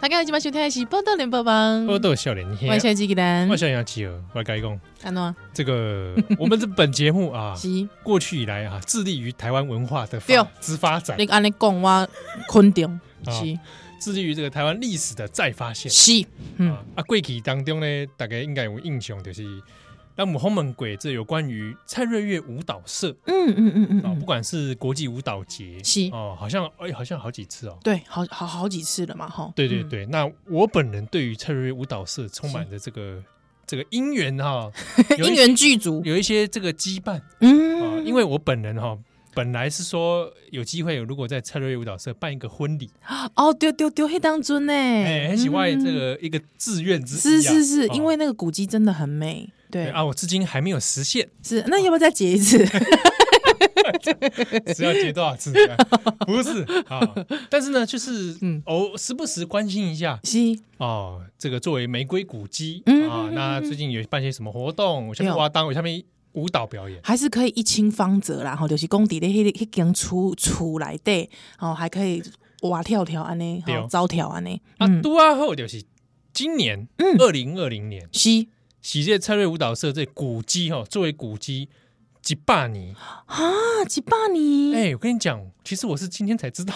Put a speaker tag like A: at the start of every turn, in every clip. A: 大家好，今晚收听的是《报道联播网》，
B: 我都有笑脸，你
A: 嗯我
B: 啊
A: 是小鸡鸡蛋
B: 我，想要企鹅，哦我该讲
A: 安诺
B: 这个，我们这本节目啊，
A: 是
B: 过去以来啊，致力于台湾文化的
A: 对
B: 发
A: 哦
B: 之发展
A: 你，安尼讲我肯定
B: 啊
A: 是
B: 致力于这个台湾历史的再发现。
A: 是，嗯
B: 啊，啊，过去当中呢，大家应该有印象，就是那我们红门鬼这有关于蔡瑞月舞蹈社
A: 嗯嗯嗯嗯
B: 啊，不
A: 嗯，
B: 管是国际舞蹈节
A: 是嗯
B: 哦，好像哎，好像好几次哦。
A: 对，好好好几次了嘛，哈，
B: 对对
A: 嗯，
B: 对，那我本人对于蔡瑞月舞蹈社充满着这个这个姻 缘哈，有一
A: 因缘具足，
B: 有一些这个羁绊。 啊，
A: 嗯，
B: 因为我本人哈、本来是说有机会，如果在策略舞蹈社办一个婚礼，
A: 哦，丢丢丢，黑当尊呢，
B: 哎、很喜欢
A: 嗯
B: 这个一个志愿之一
A: 是
B: 啊、
A: 是是，
B: 哦
A: 因为那个古迹真的很美，
B: 对
A: 对，
B: 啊，我至今还没有 实现，
A: 是，那要不要再结一次？
B: 只要结多少次？不是啊，但是呢，就是
A: 嗯
B: 偶时不时关心一下
A: 是，
B: 哦。这个作为玫瑰古迹
A: 嗯
B: 啊，那最近有办些什么活动？我下
A: 对
B: 面
A: 哦
B: 挖当，我下面舞蹈表演。
A: 还是可以一清方泽啦，吼，就是讲伫咧迄个迄间厝厝内底，吼，还可以蛙跳跳安尼，
B: 对
A: 吼，
B: 哦
A: 招跳安尼，
B: 啊
A: 嗯，
B: 杜阿后就是今年
A: 嗯
B: 二零二零年，
A: 是
B: 喜界策略舞蹈社这古迹哈、哦，作为古迹几霸尼。
A: 啊，几百年，
B: 哎、我跟你讲，其实我是今天才 知道，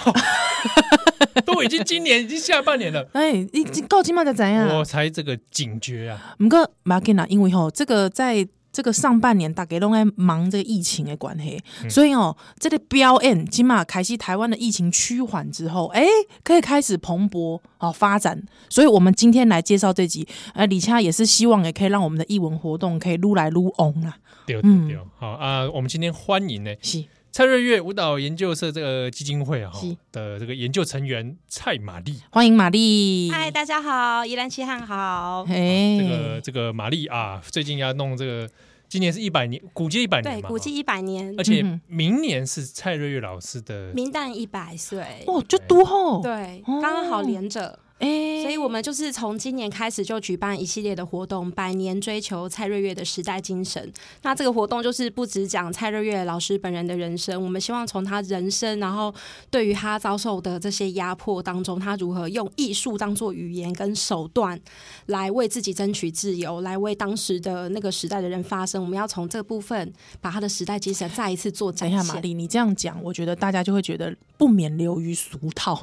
B: 都已经今年已经下半年了，
A: 哎、你你到今嘛才知
B: 我
A: 影。
B: 才这个警觉啊！
A: 毋过马紧啦，因为吼，这个在这个上半年大家拢在忙这个疫情的关系，
B: 嗯
A: 所以哦，这个表演今嘛开始台湾的疫情趋缓之后，哎、可以开始蓬勃哦发展。所以我们今天来介绍这集，呃，李恰也是希望也可以让我们的艺文活动可以撸来撸on 啦，
B: 对
A: 嗯
B: 对对，好啊！我们今天欢迎呢
A: 是
B: 蔡瑞月舞蹈研究社这个基金会啊
A: 是
B: 的这个研究成员蔡玛丽，
A: 欢迎玛丽，
C: 嗨，大家好，宜兰七汉好。
A: 嘿，
B: 这个这个玛丽啊，最近要弄这个，今年是一百年古迹一百年
C: 对，
B: 嘛，
C: 古迹
B: 哈
C: 一百年
B: 而，且
A: 嗯
B: 明年是蔡瑞月老师的
C: 明旦一百岁。
A: 哦，就读吼，
C: 对，
A: 哦
C: 刚刚好连着，
A: 哎、
C: 所以我们就是从今年开始就举办一系列的活动，百年追求蔡瑞月的时代精神。那这个活动就是不只讲蔡瑞月老师本人的人生，我们希望从他人生，然后对于他遭受的这些压迫当中，他如何用艺术当做语言跟手段，来为自己争取自由，来为当时的那个时代的人发声。我们要从这部分把他的时代精神再一次做展
A: 等一下，
C: 现。
A: 哎玛丽，你这样讲，我觉得大家就会觉得不免流于俗套。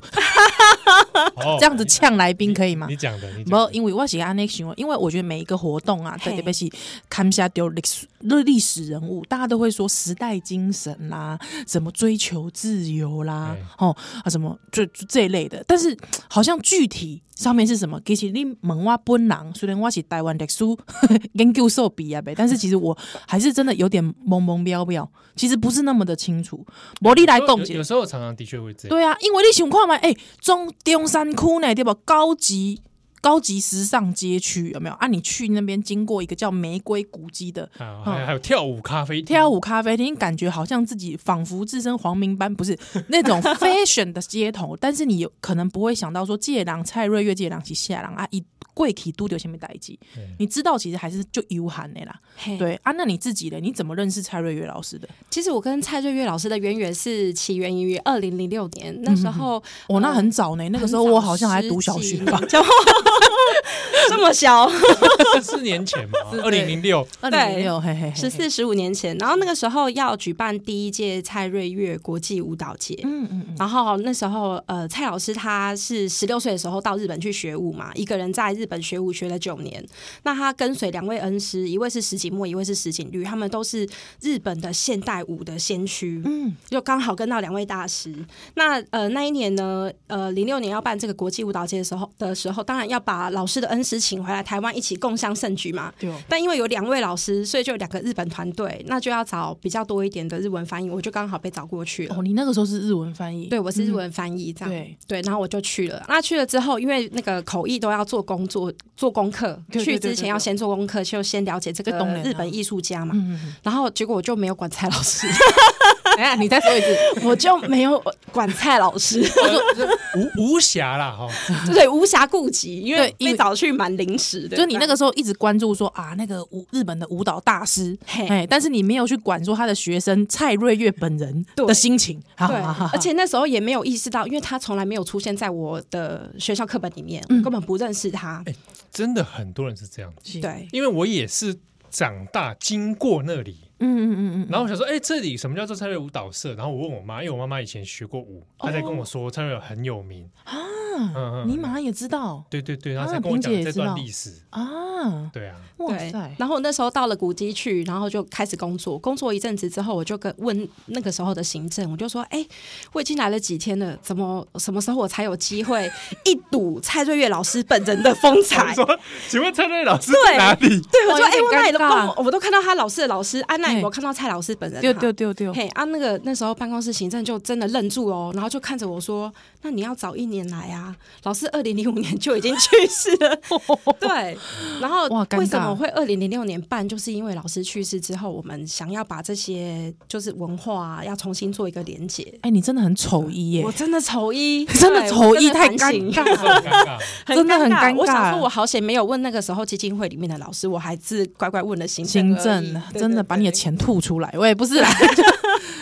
B: 哦
A: 这样子呛来宾可以吗
B: 你？讲的，你讲
A: 不，
B: 的
A: 因为我喜欢那询问，因为我觉得每一个活动啊，
C: 嘿
A: 特别是看下丢历史历史人物，大家都会说时代精神啦，什么追求自由啦
B: 对，
A: 哦啊什么就就这一类的，但是好像具体上面是什么，其实你问我本人，虽然我是台湾历史 研究所毕业呗，但是其实我还是真的有点懵懵标标，其实不是那么的清楚。魔力来
B: 有
A: 冻
B: 有
A: 结
B: 有。时候常常的确会这样。
A: 对啊，因为你想看嘛，哎、中中山区呢，对吧？高级高级时尚街区有没有啊？你去那边经过一个叫玫瑰古迹的
B: 啊，还还有跳舞咖啡厅
A: 哦跳舞咖啡厅，感觉好像自己仿佛置身皇民般，不是那种 fashion 的街头，但是你有可能不会想到说借郎蔡瑞月借郎是下郎啊，一贵体都有前面代记
B: 对，
A: 你知道其实还是就悠寒的啦。
C: 嘿
A: 对啊，那你自己的你怎么认识蔡瑞月老师的？
C: 其实我跟蔡瑞月老师的渊源是起源于二零零六年，那时候
A: 哦，那
C: 嗯
A: 很早呢，那个时候
C: 很早
A: 我好像还读小学吧
C: 十。几年这么小，
B: 十 四年前嘛，
A: 是
B: 二零零六
A: 二零零
C: 对
A: 六，嘿嘿嘿，
C: 十四十五年前。然后那个时候要举办第一届蔡瑞月国际舞蹈节，
A: 嗯嗯嗯，
C: 然后那时候，呃，蔡老师他是十六岁的时候到日本去学舞嘛，一个人在日本学舞学了九年。那他跟随两位恩师，一位是石井墨，一位是石井绿，他们都是日本的现代舞的先驱。
A: 嗯，
C: 就刚好跟到两位大师。那呃那一年呢，呃零六年要办这个国际舞蹈节的时候的时候，当然要把老师的恩师请回来台湾一起共襄盛举嘛。
A: 对哦。
C: 但因为有两位老师，所以就有两个日本团队，那就要找比较多一点的日文翻译，我就刚好被找过去了。
A: 哦，你那个时候是日文翻译，
C: 对，我是日文翻译这样。
A: 对，
C: 对，然后我就去了。那去了之后，因为那个口译都要做工作、做功课，
A: 对对对
C: 去
A: 对
C: 之前要先做功课，就先了解这个
A: 这当然啊
C: 日本艺术家嘛。
A: 嗯，
C: 然后结果我就没有管蔡老师，
A: 等一下你再说一次，
C: 我就没有管蔡老 师，
B: 呃无无暇啦哈，
C: 对，无暇顾及，因为
A: 对因为
C: 一早去蛮临时的。
A: 就你那个时候一直关注说啊，那个舞日本的舞蹈大师，
C: 嘿
A: 哎，但是你没有去管说他的学生蔡瑞月本人
C: 对
A: 的心情，好
C: 对
A: 好好，
C: 而且那时候也没有意识到，因为他从来没有出现在我的学校课本里面，
A: 嗯
C: 我根本不认识他。
B: 真的很多人是这样，
A: 哎是，
C: 对，
B: 因为我也是长大经过那里，
A: 嗯嗯嗯嗯嗯，
B: 然后我想说，哎，这里什么叫做蔡瑞舞蹈社？然后我问我妈，因为我妈妈以前学过舞，她才跟我说蔡瑞舞很有名啊，嗯
A: 哦你马上也知道
B: 对对对，然后
A: 啊
B: 才跟我
A: 萍
B: 讲
A: 姐也
B: 这
A: 知
B: 段
A: 道
B: 历史。
A: 啊，
B: 对啊，
A: 哇
C: 对
A: 塞，，
C: 然后我那时候到了古迹去，然后就开始工作。工作一阵子之后，我就跟问那个时候的行政，我就说：“哎，我已经来了几天了，怎么什么时候我才有机会一睹蔡瑞月老师本人的风采
B: 我说，请问蔡瑞老师在
C: 对
B: 哪里？？”
C: 对，我
A: 哦
C: 说：“
A: 有
C: 哎，
A: 点
C: 我哪里都
A: 尴尬
C: 我我都看到他老师的老师，安娜有没有
A: 嘿
C: 看到蔡老师本人？”
A: 丢丢。丢丢，
C: 嘿啊，那个那时候办公室行政就真的愣住哦，然后就看着我说：“那你要早一年来啊，老师二零零五年就已经去世了。” 对，然后
A: 哇尴尬
C: 为什么会二零零六年办？就是因为老师去世之后，我们想要把这些就是文化、啊、要重新做一个连结。
A: 哎，你真的很丑一耶
C: 我，真的丑一，
A: 真的
C: 对
A: 丑一
C: 我真的
A: 太
C: 反
A: 尴
C: 省
A: 尬
B: 这时候
A: 了，
B: 很 尴尬，
A: 真的很尴尬
C: 我想说，我好险没有问那个时候基金会里面的老师，我还是乖乖问了行
A: 行
C: 政而已
A: 政
C: 对
A: 真的
C: 对
A: 把你的
C: 对
A: 钱吐出来，喂，不是啦， 就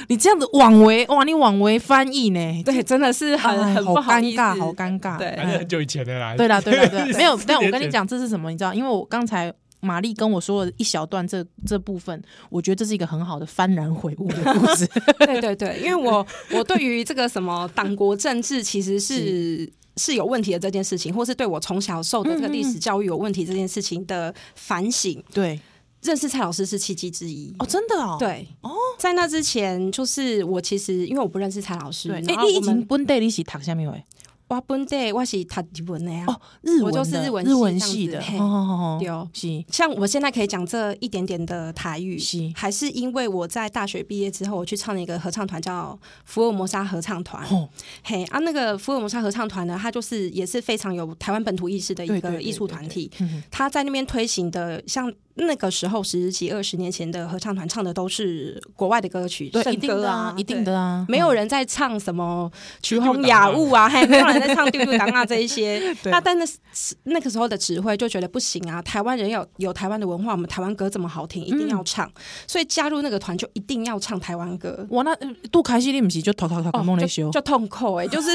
A: 你这样子往为哇，你往为翻译呢，
C: 对，真的是很、
A: 哎
C: 很
A: 好
C: 不好
A: 尴
C: 意思
A: 尬，好尴尬，
C: 对
A: 哎
B: 反正很久以前的啦。
A: 对啦，对啦，对 啦，没有。但
B: 年
A: 我跟你
B: 前
A: 讲，这是什么？你知道，因为我刚才玛丽跟我说了一小段这这部分，我觉得这是一个很好的幡然悔悟的故 事。
C: 对对对，因为我我对于这个什么党国政治其实是。是有问题的这件事情，或是对我从小受的这个历
A: 嗯
C: 史教育有问题这件事情的反省，
A: 对，
C: 认识蔡老师是契机之一。
A: 哦，真的哦，
C: 对，哦，在那之前，就是我其实因为我不认识蔡老师，
A: 对，
C: 然
A: 哎，
C: 后
A: 你已
C: 我
A: 经
C: 们
A: 本地你是读下面喂？
C: 我本地我是读日文的呀、
A: 哦，日文的，
C: 我就是日文
A: 日
C: 系
A: 文
C: 这样
A: 系
C: 子
A: 的，
C: 嘿
A: 哦哦哦
C: 对
A: 哦，
C: 哦。
A: 是
C: 像我现在可以讲这一点点的台语，
A: 是
C: 还是因为我在大学毕业之后，我去唱了一个合唱团，叫福尔摩沙合唱团。
A: 哦，
C: 嘿啊，那个福尔摩沙合唱团呢，它就是也是非常有台湾本土意识的
A: 对
C: 一
A: 对
C: 个
A: 对
C: 艺术团体
A: 对对嗯。
C: 他在那边推行的，像那个时候十几二十年前的合唱团唱的都是国外的歌曲，
A: 对，一
C: 圣
A: 定
C: 歌
A: 的
C: 啊，
A: 一定
C: 对。
A: 的啊，
C: 没有人在唱什么《曲风雅物》啊，还有没有人在唱《丢丢当啊》这一些。
A: 对
C: 那但那是那个时候的指挥就觉得不行啊，台湾人有有台湾的文化，我们台湾歌这么好听，一定要唱，所以加入那个团就一定要唱台湾歌。
A: 哇，那呃杜凯西你不是就偷偷偷梦
C: 哦就
A: 内修？
C: 就痛苦哎、就是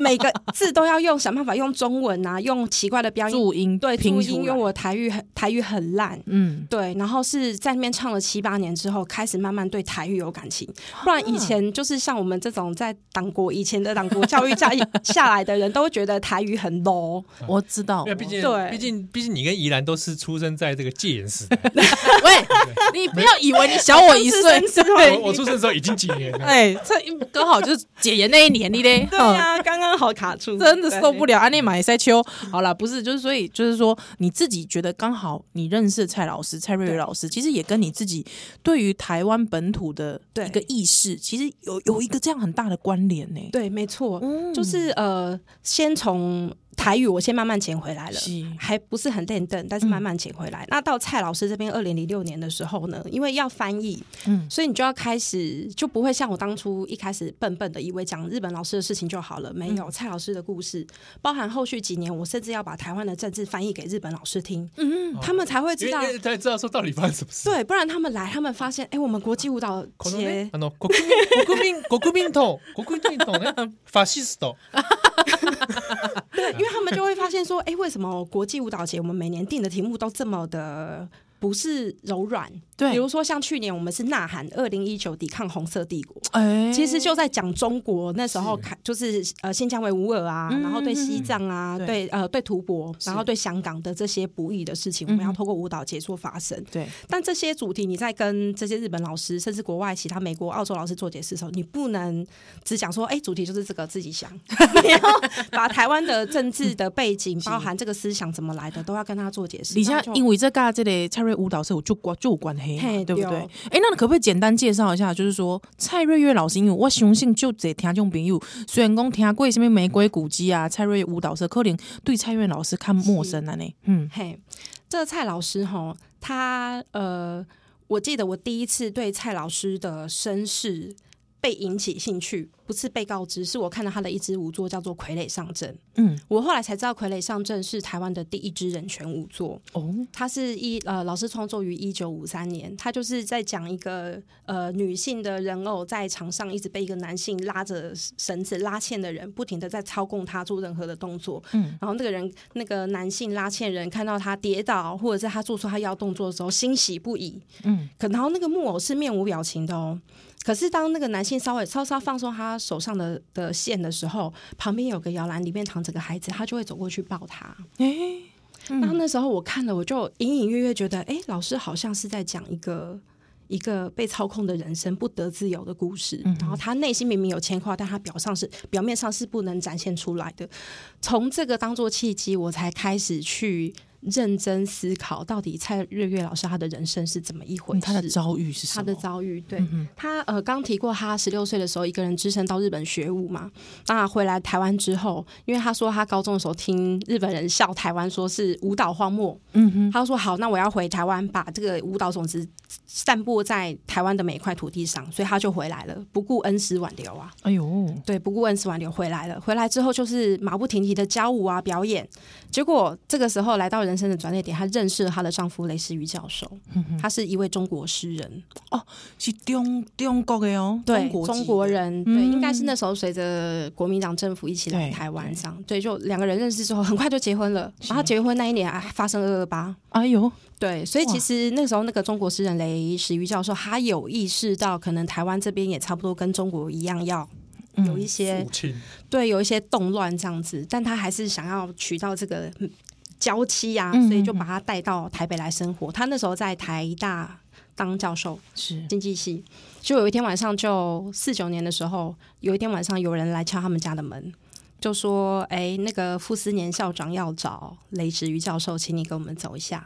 C: 每个字都要用，想办法用中文啊，用奇怪的标音，
A: 注音
C: 对，
A: 拼
C: 注
A: 出
C: 音，因为
A: 来
C: 我台语很台语很烂。
A: 嗯，
C: 对，然后是在那边唱了七八年之后，开始慢慢对台语有感情。不然
A: 啊
C: 以前就是像我们这种在党国以前的党国教育下 下来的人，都会觉得台语很 low。
A: 我知道
B: 因为，毕竟，
C: 对
B: 毕竟，毕竟你跟宜兰都是出生在这个戒严时代，
A: 喂，你不要以为你小我一 岁，对
B: 我，我出生的时候已经戒严了。
A: 哎，这刚好就是解严那一年，你嘞，
C: 对
A: 嗯
C: 啊，刚刚好卡住，
A: 真的受不
C: 了。
A: 了，啊安内马塞秋。好啦，不是，就是所以就是说，你自己觉得刚好你认识蔡老师、蔡瑞宇老师，其实也跟你自己对于台湾本土的
C: 对
A: 一个意识，其实有有一个这样很大的关联呢、
C: 对，没错，
A: 嗯
C: 就是呃，先从台语我先慢慢捡回来了。
A: 是
C: 还不是很练凳，但
A: 嗯
C: 是慢慢捡回来。那到蔡老师这边，二零零六年的时候呢，因为要翻译，
A: 嗯
C: 所以你就要开始，就不会像我当初一开始笨笨的，以为讲日本老师的事情就好了。没
A: 嗯
C: 有、蔡老师的故事，包含后续几年，我甚至要把台湾的政治翻译给日本老师听，
A: 嗯，
C: 他们才会知
B: 哦因
C: 道
B: 为。因为才知道说到底发生什么事。
C: 对，不然他们来，他们发现，哎、我们国际舞蹈
B: このね
C: 节，
B: あの啊国民国民国民党国民党 ね、ファシスト。
C: 对，因为他们就会发现说，哎、为什么国际舞蹈节我们每年定的题目都这么的不是柔软？比
A: 对，
C: 如说像去年我们是呐喊二零一九抵抗红色帝国，
A: 哎、
C: 其实就在讲中国那时候开，就是呃新疆维吾尔啊，
A: 嗯
C: 然后对西藏啊，
A: 对嗯
C: 对呃对吐蕃，然后对香港的这些不义的事情，我们要透过舞蹈节做发声。
A: 对，
C: 但这些主题你在跟这些日本老师，甚至国外其他美国、澳洲老师做解释的时候，你不能只讲说，哎、主题就是这个自 己想，你要把台湾的政治的背景，包含这个思想怎么来的，都要跟他做解释。
A: 李佳
C: 那就
A: 因为这个这类蔡瑞舞蹈社有就关就有关黑嘛
C: 嘿，
A: 对不
C: 对哦
A: 对？哎、那你可不可以简单介绍一下？就是说蔡瑞月老师，因为我相信就这听众朋友，虽然讲听过什么玫瑰古迹啊、蔡瑞舞蹈社，可能对蔡瑞老师看陌生啊呢。嗯，
C: 嘿，这个蔡老师哈，他呃，我记得我第一次对蔡老师的身世被引起兴趣，不是被告知，是我看到他的一支舞作叫做《傀儡上阵》。
A: 嗯，
C: 我后来才知道，《傀儡上阵》是台湾的第一支人权舞作。
A: 哦，
C: 它是一呃，老师创作于一九五三年，他就是在讲一个呃女性的人偶在场上一直被一个男性拉着绳子拉纤的人，不停的在操控她做任何的动作。
A: 嗯，
C: 然后那个人那个男性拉纤人看到她跌倒，或者是他做出他要动作的时候，欣喜不已。
A: 嗯，
C: 可然后那个木偶是面无表情的哦。可是当那个男性稍微稍稍放松他手上的的线的时候，旁边有个摇篮，里面躺着个孩子，他就会走过去抱他。
A: 哎，
C: 那那时候我看了，我就隐隐约约觉得，哎、老师好像是在讲一个一个被操控的人生不得自由的故事。
A: 嗯
C: 然后他内心明明有牵挂，但他表上是表面上是不能展现出来的。从这个当做契机，我才开始去认真思考，到底蔡日月老师他的人生是怎么一回
A: 嗯
C: 事。
A: 他的遭遇是什
C: 他
A: 么？嗯
C: 的遭遇，对、他呃，刚提过他十六岁的时候一个人只身到日本学舞嘛。那回来台湾之后，因为他说他高中的时候听日本人笑台湾说是舞蹈荒漠，
A: 嗯哼，
C: 他就说好，那我要回台湾把这个舞蹈种子散播在台湾的每一块土地上，所以他就回来了，不顾恩师挽留啊。
A: 哎呦，
C: 对，不顾恩师挽留回来了。回来之后就是马不停蹄的教舞啊，表演。结果这个时候来到人生的转折点，她认识了她的丈夫雷思瑜教授，
A: 嗯
C: 他是一位中国诗人，
A: 是中中国的哦，中
C: 对
A: 国籍的
C: 中国，人，对，
A: 嗯
C: 应该是那时候随着国民党政府一起来
A: 对
C: 台湾这样，对，就两个人认识之后，很快就结婚了。然后结婚那一年啊，发生二二八。
A: 哎呦，
C: 对，所以
A: 哇
C: 其实那时候那个中国诗人雷石瑜教授，他有意识到可能台湾这边也差不多跟中国一样要
A: 嗯
C: 有一些、
B: 父亲
C: 对，有一些动乱这样子，但他还是想要娶到这个嗯娇妻啊，
A: 嗯
C: 所以就把他带到台北来生活。他那时候在台大当教授，
A: 是
C: 经济系。就有一天晚上，就四九年的时候，有一天晚上有人来敲他们家的门，就说：“哎，那个傅斯年校长要找雷植瑜教授，请你跟我们走一下。”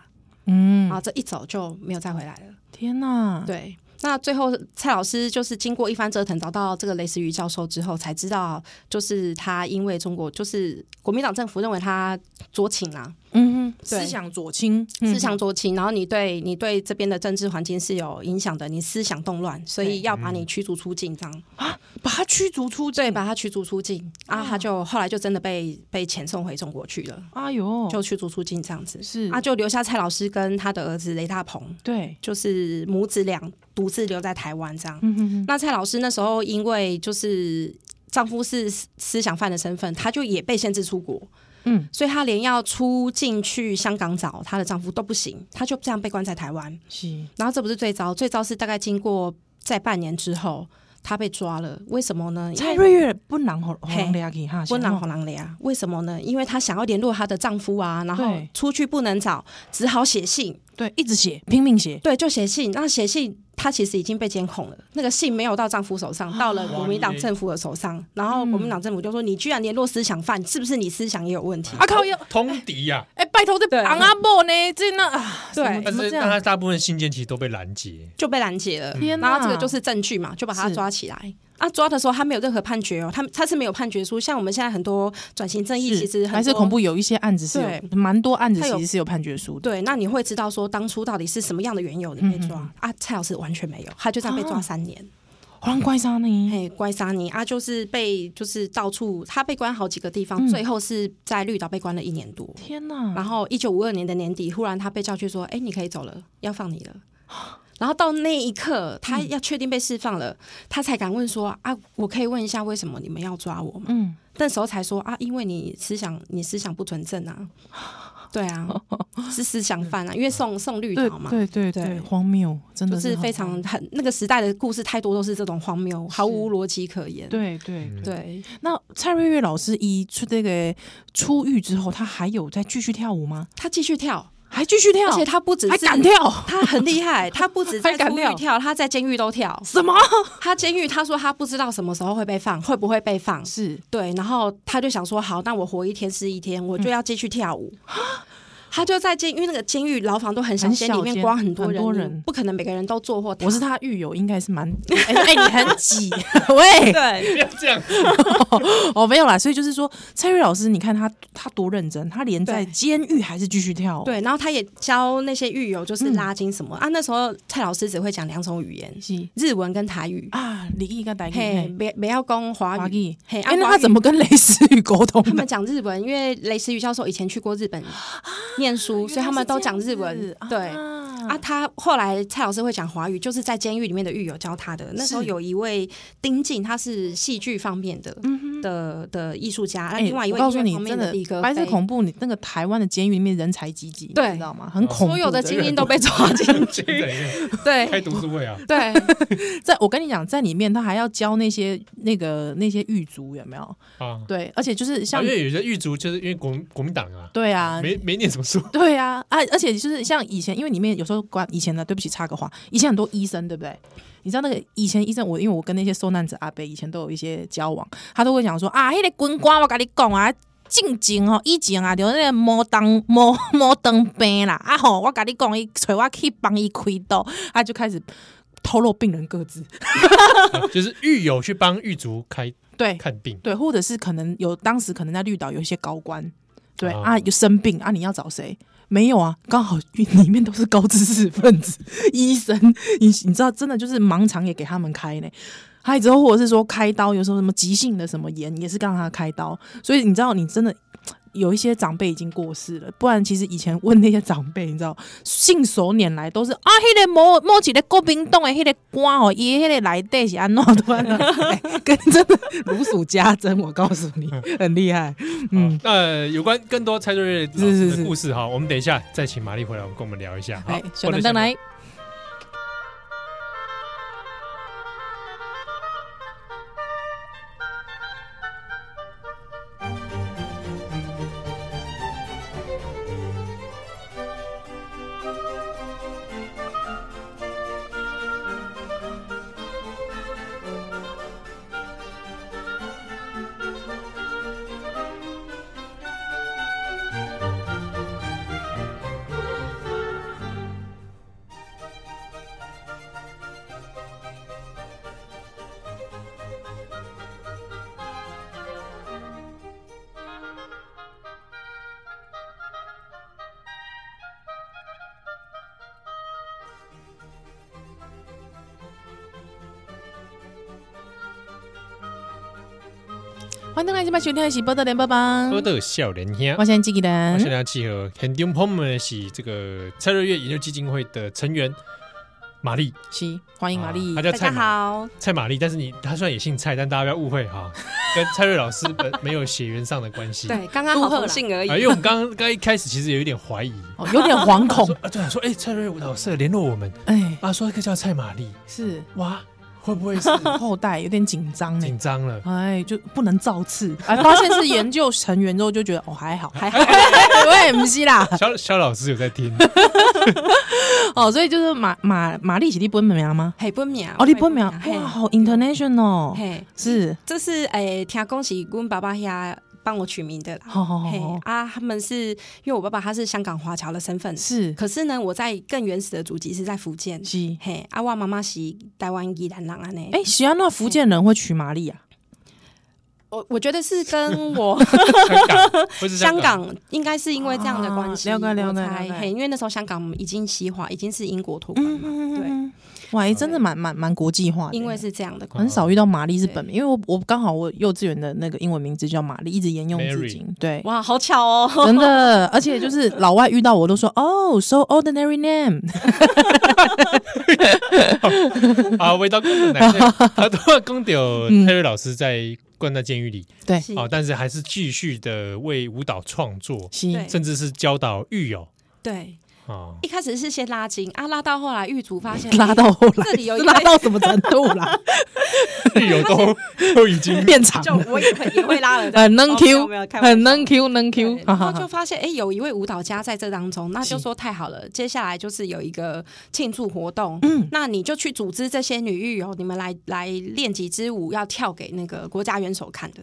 C: 然
A: 嗯，
C: 后这一走就没有再回来了。
A: 天哪，
C: 对，那最后蔡老师就是经过一番折腾，找到这个雷思瑜教授之后，才知道就是他因为中国就是国民党政府认为他啊酌情啦、
A: 嗯哼，
C: 对
A: 思想左倾，嗯
C: 思想酌情，然后你对你对这边的政治环境是有影响的，你思想动乱，所以要
A: 嗯
C: 把你驱逐出境，这样
A: 把他驱逐出
C: 对，
A: 境，
C: 把他驱逐出境啊，
A: 哦
C: 他就后来就真的被被遣送回中国去了，
A: 哎呦，
C: 就驱逐出境这样子。
A: 是
C: 啊，，就留下蔡老师跟他的儿子雷大鹏，
A: 对，
C: 就是母子俩独自留在台湾这样。
A: 嗯哼哼，
C: 那蔡老师那时候因为就是丈夫是思思想犯的身份，她就也被限制出国，
A: 嗯，
C: 所以她连要出境去香港找她的丈夫都不行，她就这样被关在台湾。
A: 是，
C: 然后这不是最糟，最糟是大概经过在半年之后，她被抓了。为什么呢？因
A: 蔡
C: 为
A: 瑞月不能和和
C: 嘿
A: 人俩去哈，
C: 温
A: 是
C: 朗
A: 吗
C: 红狼雷啊，为什么呢？因为她想要联络她的丈夫啊，然后
A: 对
C: 出去不能找，只好写信。
A: 对，一直写，拼命写，
C: 对，就写信。那写信，她其实已经被监控了，那个信没有到丈夫手上，
A: 啊
C: 到了国民党政府的手上。然
A: 嗯
C: 后国民党政府就说：“你居然联络思想犯，是不是你思想也有问题
A: 啊靠，要
B: 通敌呀、
A: 哎，拜托这
C: 嗯对
A: 昂阿伯呢，这那啊，怎
C: 对
A: 么
B: 但
A: 怎么
B: 是
A: 这
B: 但
A: 样
B: 他？大部分信件其实都被拦截？”，
C: 就被拦截了。
A: 天哪，
C: 然后这个就是证据嘛，就把他
A: 是
C: 抓起来。啊，抓的时候他没有任何判决哦，他他是没有判决书。像我们现在很多转型正义，其实很
A: 还是
C: 多
A: 恐。怖，有一些案子是有
C: 对
A: 蛮多案子
C: 他有
A: 其实是有判决书的，
C: 对，那你会知道说当初到底是什么样的缘由你被抓、啊？蔡老师完全没有，他就这样被
A: 嗯啊
C: 抓三年。
A: 黄怪啥呢？
C: 嘿，乖沙尼啊，就是被就是到处，他被关好几个地方，
A: 嗯
C: 最后是在绿岛被关了一年多。
A: 天哪，
C: 然后一九五二年的年底，忽然他被叫去说：“哎，你可以走了，要放你了。” 然后到那一刻，他要确定被释放了，他才敢问说：“啊，我可以问一下，为什么你们要抓我吗？”
A: 嗯，
C: 那时候才说：“啊，因为你思想，你思想不纯正啊。” 对啊，是思想犯啊，因为送送绿
A: 对
C: 岛嘛，
A: 对对对，
C: 对
A: 荒谬，真
C: 就
A: 的
C: 是
A: 很
C: 非
A: 荒
C: 常
A: 谬
C: 很那个时代的故事太多都是这种荒谬，毫无逻辑可言。
A: 对对。
B: 嗯
C: 对，
A: 那蔡瑞月老师一出这个出狱之后，他还有再继续跳舞吗？
C: 他继续跳，
A: 还继续跳，
C: 而且他不只
A: 还
C: 是
A: 敢，跳？
C: 他很厉 害，他不止在
A: 还敢
C: 出
A: 跳
C: 狱跳，他在监狱都跳。
A: 什么？
C: 他监狱他说他不知道什么时候会被放，会不会被放？
A: 是
C: 对，然后他就想说，好，那我活一天是一天，我就要继续跳舞。他就在监，因为那个监狱牢房都很小
A: 很
C: 间，
A: 小
C: 里面
A: 间
C: 关很多
A: 很
C: 人，
A: 多
C: 你
A: 人
C: 不可能每个人都做或
A: 我是他狱友，应该是蛮哎、哎你很 挤， 喂，
C: 对，
B: 不要这样，
A: 哦，没有啦，所以就是说，蔡瑞老师，你看他他多认真，他连在
C: 对
A: 监狱还是继续跳、哦，，
C: 对，然后他也教那些狱友就是拉筋什么、
A: 嗯
C: 啊。那时候蔡老师只会讲两种语言，
A: 是
C: 日文跟台语。
A: 啊，李毅跟白
C: 嘿，
A: 毅，
C: 不不要讲华
A: 华
C: 语。
A: 毅，
C: 嘿，啊
A: 哎、那
C: 华
A: 他
C: 语
A: 怎么跟雷 思雨沟通
C: 他
A: 的
C: 们？讲日文，因为雷石宇教授以前去过日本念书，所以他们都讲日文。对
A: 啊
C: 啊，他后来蔡老师会讲华语，就是在监狱里面的狱友教他的。那时候有一位丁进，他是戏剧方面的的的艺术家，那
A: 嗯哎，
C: 另外一
A: 我
C: 位
A: 告
C: 音
A: 诉
C: 乐
A: 你
C: 方，面
A: 真的
C: 李格
A: 白色
C: 非
A: 恐怖，你那个台湾的监狱里面人才济济，
C: 对
A: 你知道吗？很恐怖，
C: 所有的精英都被抓进 去。
B: 开
C: 对
B: 读书会啊，
C: 对，
A: 在我跟你讲，在里面他还要教那些那个那些狱卒有没有？
B: 啊，
A: 对，而且就是像
B: 因为有些狱卒就是因为国民国民党啊，
A: 对啊，
B: 没没念什么书，
A: 对啊，啊，而且就是像以前，因为里面有时候关以前的，对不起，插个话，以前很多医生，对不对？你知道那个以前医生，我因为我跟那些受难者阿伯以前都有一些交往，他都会讲说啊，那个军官我跟你讲啊，进前哦，以前啊，就那个摩登摩摩登病啦，啊吼，我跟你讲，伊找我去帮伊开刀，他就开始透露病人各自，
B: 就是狱友去帮狱卒开
A: 对，
B: 看病，
A: 对，或者是可能有当时可能在绿岛有一些高官，对、
B: 啊
A: 啊，有生病啊，你要找谁？没有啊，刚好 里面都是高知识分子、医生，你你知道，真的就是盲肠也给他们开呢。还有之后，或者是说开刀，有时候什么急性的什么炎，也是让他开刀。所以你知道，你真的有一些长辈已经过世了，不然其实以前问那些长辈，你知道，信手拈来都是啊，迄、个某某一个国民党的迄个官哦，伊迄个来底是安怎突然、 哎跟 真的如数家珍，我告诉你，很厉害。嗯
B: 嗯，那有关更多蔡瑞瑞老
A: 是
B: 师
A: 是是
B: 的故事哈，我们等一下再请玛丽回来，我们跟我们聊一下，好
A: 哎，，小
B: 或者
A: 南灯来。欢迎登来这边收听的是《波特联播帮
B: 喝》，的笑脸兄。
A: 我是纪纪
B: 我现
A: 人。
B: 在契合 h e n d i n p o m 是这个蔡瑞月研究基金会的成员玛丽，啊
A: 是欢迎玛丽
B: 她。叫
C: 大
B: 蔡
C: 家
B: 玛
C: 好，
B: 蔡玛丽，但是你她虽然也姓蔡，但大家不要误 会哈，跟蔡瑞老师本没有血缘上的关系。啊，
C: 对，刚刚
A: 祝
C: 好
A: 贺啦
C: 同性而已
B: 因。为我们刚刚刚一开始其实有一点怀疑，
A: 哦，有点惶恐
B: 说，啊对啊，说哎蔡瑞月老师联络我们
A: 哎，
B: 啊，说可以叫蔡玛丽，
A: 是
B: 哇，会不 会是
A: 后代有点紧张 呢
B: 紧。张了？
A: 哎，就不能造次。哎，发现是研究成员之后，就觉得哦还好，
C: 还好，
A: 喂，不是啦。
B: 肖肖老师有在听，
A: 哦，所以就是马马马丽是你本名啊吗？
C: 嘿，本名，
A: 哦，你本名
C: 嘿
A: 哇，好 international，哦
C: 嘿，
A: 是，
C: 这是诶、听恭喜阮爸爸遐帮我取名的啦。
A: 好好好
C: 嘿
A: 好，
C: 啊，他们是因为我爸爸他是香港华侨的身份，
A: 是
C: 可是呢，我在更原始的祖籍是在福建。
A: 是。
C: 嘿，啊，我妈妈是台湾宜兰人啊呢。
A: 哎，喜安那福建人会娶玛丽啊？
C: 我我觉得是 跟我
B: 香港，不是
C: 香港应该是因为这样的关系，哦
A: 啊了解了
C: 我
A: 解
C: 才
A: 了解
C: 嘿，因为那时候香港已经西化，已经是英国托管
A: 嗯
C: 嘛，
A: 嗯
C: 对，
A: 嗯，哇，哎真的蛮蛮蛮国际化的。
C: 因为是这样的关
A: 很少遇到玛丽是
C: 对
A: 本名，因为我我刚好我幼稚园的那个英文名字叫玛丽，一直沿用至
B: Mary
A: 今。对
C: 系。，哇，好巧哦！
A: 真的，而且就是老外遇到我都说哦，so ordinary name，
B: 啊，味道更难。啊，都要公掉蔡瑞老师在关在监狱里
A: 对，
C: 是
B: 啊，但是还是继续的为舞蹈创作，
A: 是
C: 对
B: 甚至是教导狱友
C: 对，
B: 啊。
C: 一开始是先拉筋啊，拉到后来狱卒发 现
A: 拉到后来
C: 这里有一
A: 是
C: 位
A: 拉到什么程度 啦？
B: 狱友都都已经
A: 变长
C: 哎就
A: 了，
C: 我也会也会拉了，
A: 很能
C: 哦
A: Q，
C: 没有没有开玩笑
A: 很能 Q 能 Q，哈
C: 对然
A: 哈
C: 后就
A: 哈。
C: 发现哎、诶有一位舞蹈家在这当中，那就是说太好了，接下来就是有一个庆祝活动，嗯，那你就去组织这些女 狱友，你们来来练几支舞，要跳给那个国家元首看的，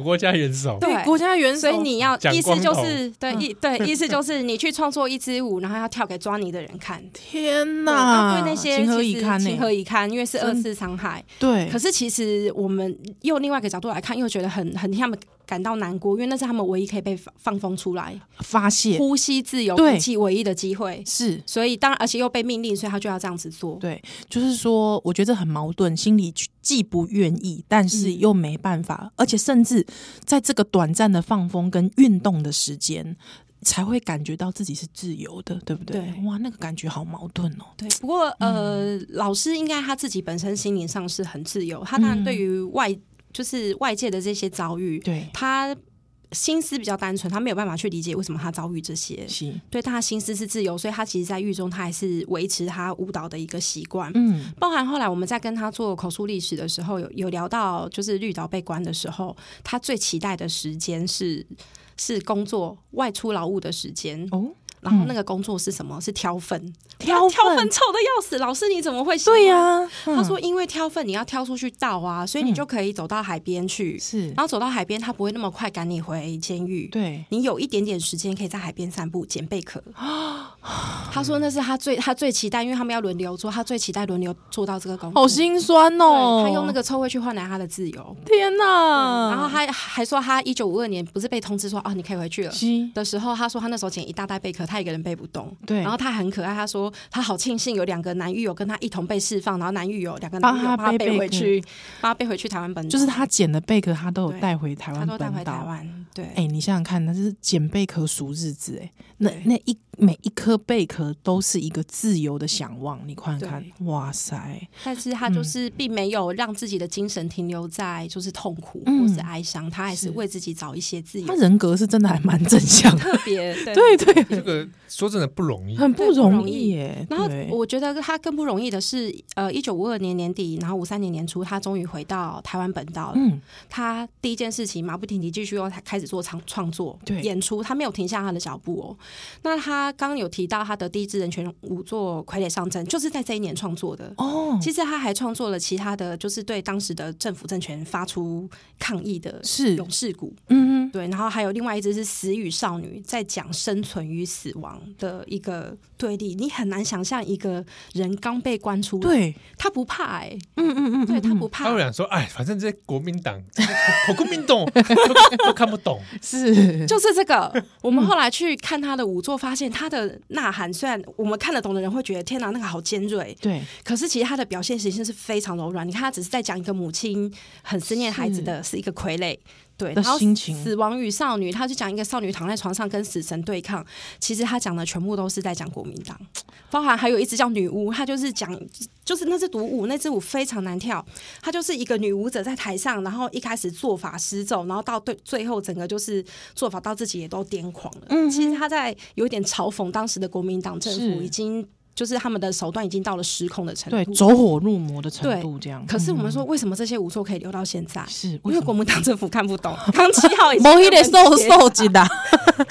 B: 国家元首，
C: 对
A: 国家元首，
C: 所以你要
B: 蒋
C: 意思
B: 光
C: 就
B: 头
C: 是对
A: 嗯
C: 意对 意思就是你去创作一支舞，然后要跳给抓你的人 看。
A: 天
C: 对
A: 哪，
C: 那对那些
A: 情何
C: 其
A: 以
C: 实
A: 堪呢、
C: 情何以堪，因为是二
A: 真
C: 次 伤害。
A: 对，
C: 可是其实我们用另外一个角度来看，又觉得很很替他们感到难过，因为那是他们唯一可以被放放风出来、
A: 发泄
C: 呼吸自由、
A: 对
C: 呼气唯一的机会。
A: 是
C: 所以当然，而且又被命令，所以他就要这样子做。
A: 对，就是说，我觉得很矛盾，心里既不愿意，但是
C: 嗯
A: 又没办法，而且甚至在这个短暂的放风跟运动的时间，才会感觉到自己是自由的，对不对？
C: 对
A: 哇，那个感觉好矛盾哦。
C: 对，不过呃，
A: 嗯
C: 老师应该他自己本身心灵上是很自由，他当然对于外、就是外界的这些遭遇，
A: 对，
C: 他心思比较单纯，他没有办法去理解为什么他遭遇这些。
A: 是，
C: 对，但他心思是自由，所以他其实，在狱中他还是维持他舞蹈的一个习惯。
A: 嗯，
C: 包含后来我们在跟他做口述历史的时候，有有聊到，就是绿岛被关的时候，他最期待的时间是是工作外出劳务的时间。
A: 哦，嗯
C: 然后那个工作是什么？是挑粪，
A: 挑
C: 挑粪
A: 粪
C: 臭的要死。老师你怎么会喜欢
A: 对、呀、嗯
C: 他说因为挑粪你要挑出去倒啊，所以你就可以走到海边去，
A: 是
C: 然，后走到海边，他不会那么快赶你回监狱。
A: 对，
C: 你有一点点时间可以在海边散步捡贝壳。 他说那是他最他最期待，因为他们要轮流做，他最期待轮流做到这个工作。
A: 好心酸哦。嗯
C: 对他用那个臭味去换来他的自由。
A: 天哪，
C: 嗯然后他还说，他一九五二年不是被通知说啊，你可以回去了
A: 是
C: 的时候，他说他那时候捡一大袋贝壳，他一个人背不动。
A: 对，
C: 然后他很可爱，他说他好庆幸有两个男狱友跟他一同被释放，然后男狱友两个男狱友
A: 帮他
C: 帮他
A: 背贝
C: 背
A: 壳
C: 回去，帮他背回去台湾本岛，
A: 就是他捡的贝壳，他都有
C: 对
A: 带回台
C: 他
A: 湾
C: 都带回
A: 本
C: 台
A: 岛。
C: 湾，对，
A: 哎、你想想看，那是捡贝壳数日子、哎，那
C: 对
A: 那一每一颗贝壳都是一个自由的向往，你看看，哇塞，
C: 但是他
A: 嗯
C: 就是并没有让自己的精神停留在就是痛苦
A: 嗯
C: 或是哀伤，他还是
A: 是
C: 为自己找一些自由
A: 他，人格是真的还蛮正向的，
C: 特 别对
A: 对对
B: 这个说真的不容易。
A: 很不
C: 对不
A: 容
C: 容
A: 易
C: 易
A: 耶、
C: 然后
A: 对
C: 我觉得他更不容易的是，呃，一九五二年年底，然后五三年年初，他终于回到台湾本岛了。
A: 嗯，
C: 他第一件事情马不停蹄继续又开始做创创作
A: 对
C: 演出，他没有停下他的脚步哦。那他刚有提到他的第一支人权舞作《傀儡上阵》，就是在这一年创作的。
A: 哦，
C: 其实他还创作了其他的，就是对当时的政府政权发出抗议的
A: 是
C: 勇士鼓，
A: 嗯哼，
C: 对，然后还有另外一只是死与少女，在讲生存与死亡的一个对立。你很难想象一个人刚被关出来，
A: 对，
C: 他不怕哎、
A: 嗯嗯嗯，
C: 对
A: 嗯
C: 他
A: 嗯
C: 不怕
B: 他，们想说，哎，反正这些国民党、我国民党都看不懂，
A: 是
C: 就是这个。我们后来去看他的舞作，发现他的呐喊，虽然我们看得懂的人会觉得天哪，那个好尖锐，
A: 对
C: 可是其实他的表现形式是非常柔软。你看，他只是在讲一个母亲很思念孩子的是一个傀儡，对，
A: 的
C: 然后
A: 心情
C: 死亡与少女，他就讲一个少女躺在床上跟死神对抗。其实他讲的全部都是在讲国民党，包含还有一支叫女巫，她就是讲就是那支独舞，那支舞非常难跳，她就是一个女舞者在台上，然后一开始做法失咒，然后到对最后整个就是做法到自己也都癫狂了。
A: 嗯哼
C: 其实她在有点嘲讽当时的国民党政府
A: 是
C: 已经。就是他们的手段已经到了失控的程
A: 对，
C: 度。
A: 走火入魔的程
C: 对
A: 度这样。
C: 可是我们说，
A: 嗯
C: 为什么这些舞错可以留到现在？
A: 是，
C: 因
A: 为
C: 为
A: 什
C: 国
A: 么？
C: 民党政府看不 懂，康七号也是
A: 某一类
C: 他们
A: 受
C: 写的
A: 受级的，啊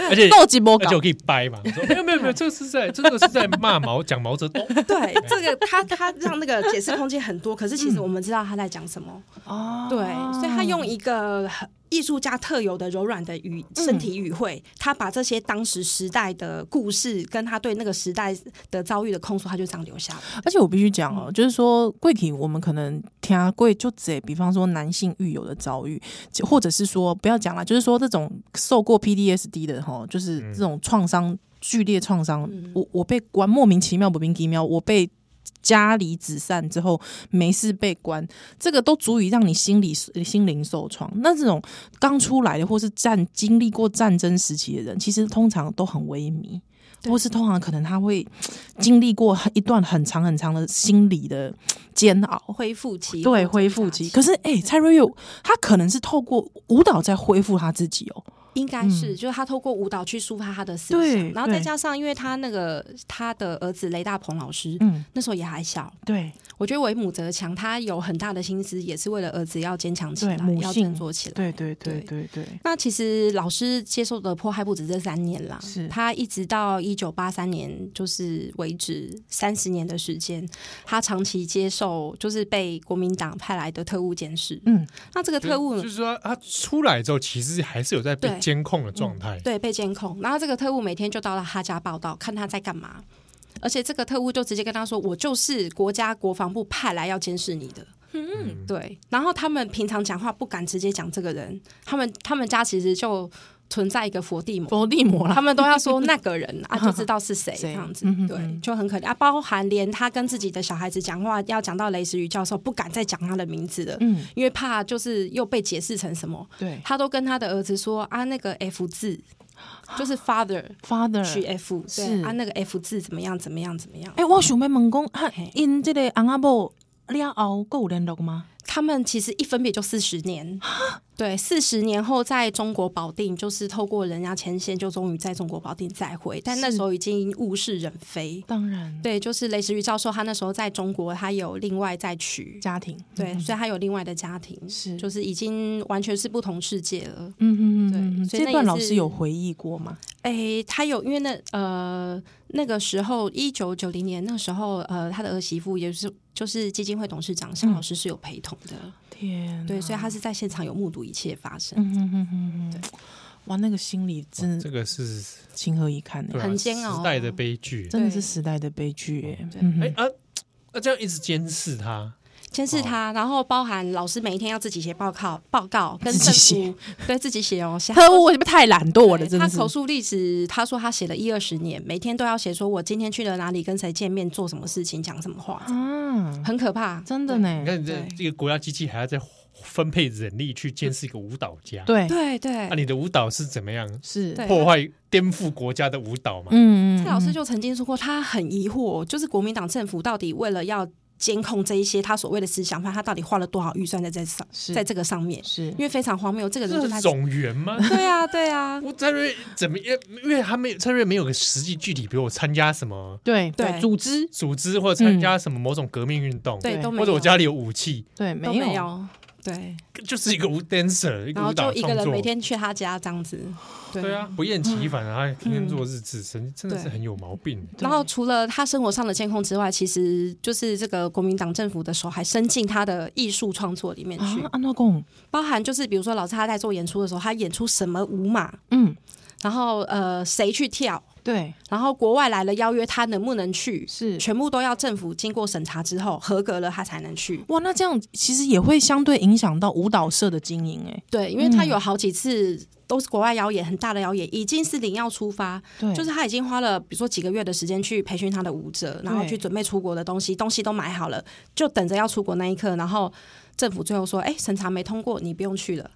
B: 而 且
A: 受级不
B: 而
A: 搞
B: 且，我可以掰嘛，说没有没有没有，这个是在这个是在骂毛讲毛泽东，
C: 对这个他他让那个解释空间很多，可是其实我们知道他在讲什 么，
A: 哦
C: 对，所以他用一个很艺术家特有的柔软的语身体语汇，
A: 嗯
C: 他把这些当时时代的故事跟他对那个时代的遭遇的控诉，他就这样留下了。
A: 而且我必须讲哦，就是说贵体，我们可能听贵就只比方说男性狱友的遭遇，就或者是说不要讲了，就是说这种受过 PDSD 的哈，就是这种创伤剧烈创伤，我我被关莫名其妙莫名其妙，我被。家里子散之后，没事被关，这个都足以让你心理心灵受创。那这种刚出来的，或是战经历过战争时期的人，其实通常都很萎靡，
C: 对
A: 或是通常可能他会经历过一段很长很长的心理的煎熬，
C: 恢复期
A: 对哎恢复期。可是，哎、蔡瑞佑他可能是透过舞蹈在恢复他自己哦，
C: 应该是，
A: 嗯
C: 就是他透过舞蹈去抒发他的思
A: 对
C: 想，然后再
A: 对
C: 加上，因为他那个他的儿子雷大鹏老师
A: 嗯，
C: 那时候也还小，
A: 对，
C: 我觉得为母则强，他有很大的心思，也是为了儿子要坚强起来
A: 对母，
C: 要
A: 性
C: 振作起来。
A: 对对对对
C: 对
A: 对，
C: 那其实老师接受的迫害不止这三年啦，
A: 是
C: 他一直到一九八三年就是为止三十年的时间，他长期接受就是被国民党派来的特务监视。
A: 嗯，
C: 那这个特务呢
B: 就是说他出来之后，其实还是有在被
C: 对嗯
B: 监控的状态。
C: 对，被监控。然后这个特务每天就到了他家报道，看他在干嘛。而且这个特务就直接跟他说：“我就是国家国防部派来要监视你的。”嗯，对。然后他们平常讲话不敢直接讲这个人，他们他们家其实就存在一个佛地魔，
A: 佛地魔
C: 他
A: 啦，
C: 们都要说那个人啊，就知道是谁这
A: 谁
C: 样子
A: 嗯哼，
C: 对
A: 嗯，
C: 就很可怜啊。包含连他跟自己的小孩子讲话，要讲到雷石宇教授，不敢再讲他的名字了，
A: 嗯，
C: 因为怕就是又被解释成什么。
A: 对
C: 他都跟他的儿子说啊，那个 F 字就是 father
A: ，father
C: 取 F，
A: 嗯是
C: 对啊，那个 F 字怎么样怎么样怎么样。
A: 哎、我想要问讲，啊
C: 嘿，
A: 因这个翁仔某了后，够有联络吗？
C: 他们其实一分别就四十年，对，四十年后在中国保定，就是透过人家牵线，就终于在中国保定再会，但那时候已经物是人非。
A: 当然，
C: 对，就是雷石玉教授，他那时候在中国，他有另外再娶，
A: 家庭，嗯
C: 对，所以他有另外的家庭，
A: 是
C: 就是已经完全是不同世界了。
A: 嗯嗯
C: 对
A: 嗯嗯，
C: 所以那
A: 这段
C: 也
A: 老
C: 是
A: 师有回忆过吗？
C: 诶，哎他有因为那呃那个时候一九九零年那时候呃他的儿媳妇也是就是基金会董事
A: 嗯
C: 长向老师是有陪同的，
A: 天，
C: 对，所以他是在现场有目睹一切发生，
A: 嗯嗯嗯嗯嗯，哇，那个心里真
B: 这个是
A: 情何以堪呢、
B: 对啊
C: 很煎熬啊
B: 时代的悲剧。
A: 真的是
C: 对
A: 时代的悲剧耶、
C: 对
A: 嗯
B: 哎
A: 哼，
B: 啊啊！这样一直监视他，
C: 监视
A: 哦
C: 他，然后包含老师每一天要自己写报告，报告跟
A: 自
C: 政
A: 己
C: 府对自己写哦， 写
A: 特务为什么太懒惰了？
C: 对
A: 真
C: 他
A: 的是
C: 口，述历史，他说他写了一二十年，每天都要写，说我今天去了哪里，跟谁见面，做什么事情，讲什么话，
A: 啊，
C: 很可怕。
A: 真的呢
B: 你，看这
C: 对
B: 这个国家机器还要再分配人力去监视一个舞蹈家。，
A: 对，
C: 对对
B: 那、，你的舞蹈是怎么样
A: 是，
C: 对
B: 破坏、颠覆国家的舞蹈嘛？
A: 嗯，嗯
C: 蔡老师
A: 嗯
C: 就曾经说过，他很疑惑，就是国民党政府到底为了要监控这一些他所谓的思想犯，他到底花了多少预算在这上，
A: 是
C: 在这个上面？
A: 是
C: 因为非常荒谬，这个人就
B: 这
C: 他
B: 是总员吗？
C: 对啊，对啊，
B: 我蔡瑞怎么样？因为他没有蔡瑞没有个实际具体，比如我参加什么
A: 对
C: 对嗯
A: 组织
B: 组织或者参加什么某种革命运动，
C: 对都没有，
B: 或者我家里有武器，
A: 对没
C: 都
A: 有
C: 没有，对，
B: 就是一个舞 dancer，一
C: 然
B: 个
C: 后
B: 舞蹈
C: 就一个
B: 创
C: 人
B: 作
C: 每。天去他家这样子，对
B: 对啊，不厌其烦啊，他天天做日志，真真的是
C: 对
B: 很有毛病。
A: 嗯
C: 然后除了他生活上的监控之外，其实就是这个国民党政府的手还伸进他的艺术创作里面去
A: 啊，，安诺贡，
C: 包含就是比如说老师他在做演出的时候，他演出什么舞码，
A: 嗯，
C: 然后呃谁去跳，
A: 对，
C: 然后国外来了邀约他能不能去，
A: 是
C: 全部都要政府经过审查之后合格了他才能去。
A: 哇，那这样其实也会相对影响到舞蹈社的经营，哎，
C: 对，因为他有好几次都是国外邀演，很大的邀演，已经是零要出发，
A: 对，
C: 就是他已经花了比如说几个月的时间去培训他的舞者，然后
A: 对
C: 去准备出国的东西，东西都买好了，就等着要出国那一刻，然后。政府最后说：“哎、审查没通过，你不用去了。”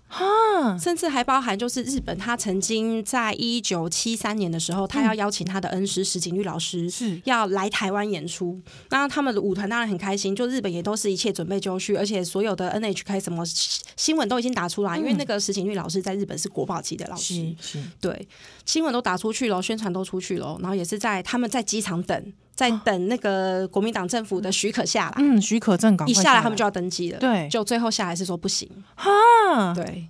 C: 甚至还包含就是日本，他曾经在一九七三年的时候，他要邀请他的恩师石井律老师
A: 是
C: 要来台湾演出。那他们的舞团当然很开心，就日本也都是一切准备就绪，而且所有的 NHK 什么新新闻都已经打出来，因为那个石井律老师在日本是国宝级的老师，
A: 嗯是是，
C: 对，新闻都打出去了，宣传都出去了，然后也是在他们在机场等，在
A: 哦
C: 等那个国民党政府的许可下来，
A: 嗯，许可证赶
C: 一
A: 快
C: 下来他们就要登记了。
A: 对
C: 就最后下来是说不行，
A: 啊，
C: 对，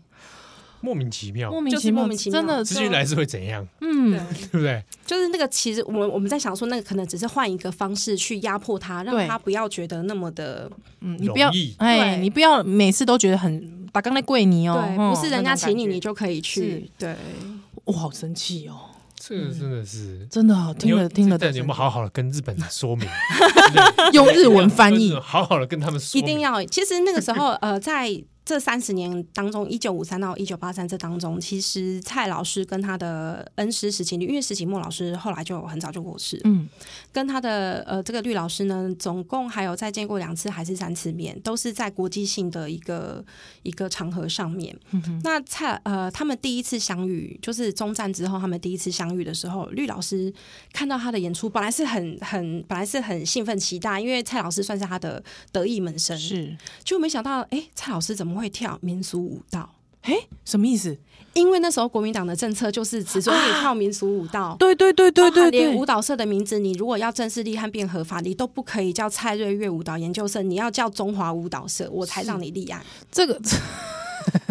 B: 莫名其妙
A: 莫，名
C: 就是
A: 其
C: 莫
A: 妙，
C: 名其妙
A: 真的
B: 资讯来是会怎样，
A: 嗯，
B: 对不对？
C: 就是那个其实我们我们在想说，那个可能只是换一个方式去压迫他，让
A: 对
C: 他不要觉得那么的
A: 嗯你不要
B: 容易，
A: 哎，
C: 对
A: 你不要每次都觉得很打刚在跪你哦，
C: 对，
A: 吼
C: 不是人家请你你
A: 那种
C: 就可以去，对，
A: 感觉我好生气哦，
B: 这个真的是
A: 真的听
B: 你有
A: 了听了都生
B: 但你
A: 气，
B: 有没有好好的跟日本人说明？
A: 用 日文翻译
B: 就是？好好的跟他们说
C: 一
B: 明，
C: 定要。其实那个时候，呃，在这三十年当中，一九五三到一九八三这当中，其实蔡老师跟他的恩师石井律，因为石井墨老师后来就很早就过世，
A: 嗯，
C: 跟他的呃这个绿老师呢，总共还有再见过两次还是三次面，都是在国际性的一个一个场合上面。那蔡呃他们第一次相遇，就是中战之后他们第一次相遇的时候，绿老师看到他的演出，本来是很很本来是很兴奋期待，因为蔡老师算是他的得意门生，
A: 是
C: 就没想到，哎、蔡老师怎么会跳民俗舞蹈？
A: 哎，什么意思？
C: 因为那时候国民党的政策就是只准你跳民俗舞蹈。
A: 对对对对
C: 包
A: 对
C: 含连
A: 对
C: 舞，蹈社的名字，你如果要正式立案并合法，你都不可以叫蔡瑞月舞蹈研究社，你要叫中华舞蹈社，我才让你立案。
A: 这个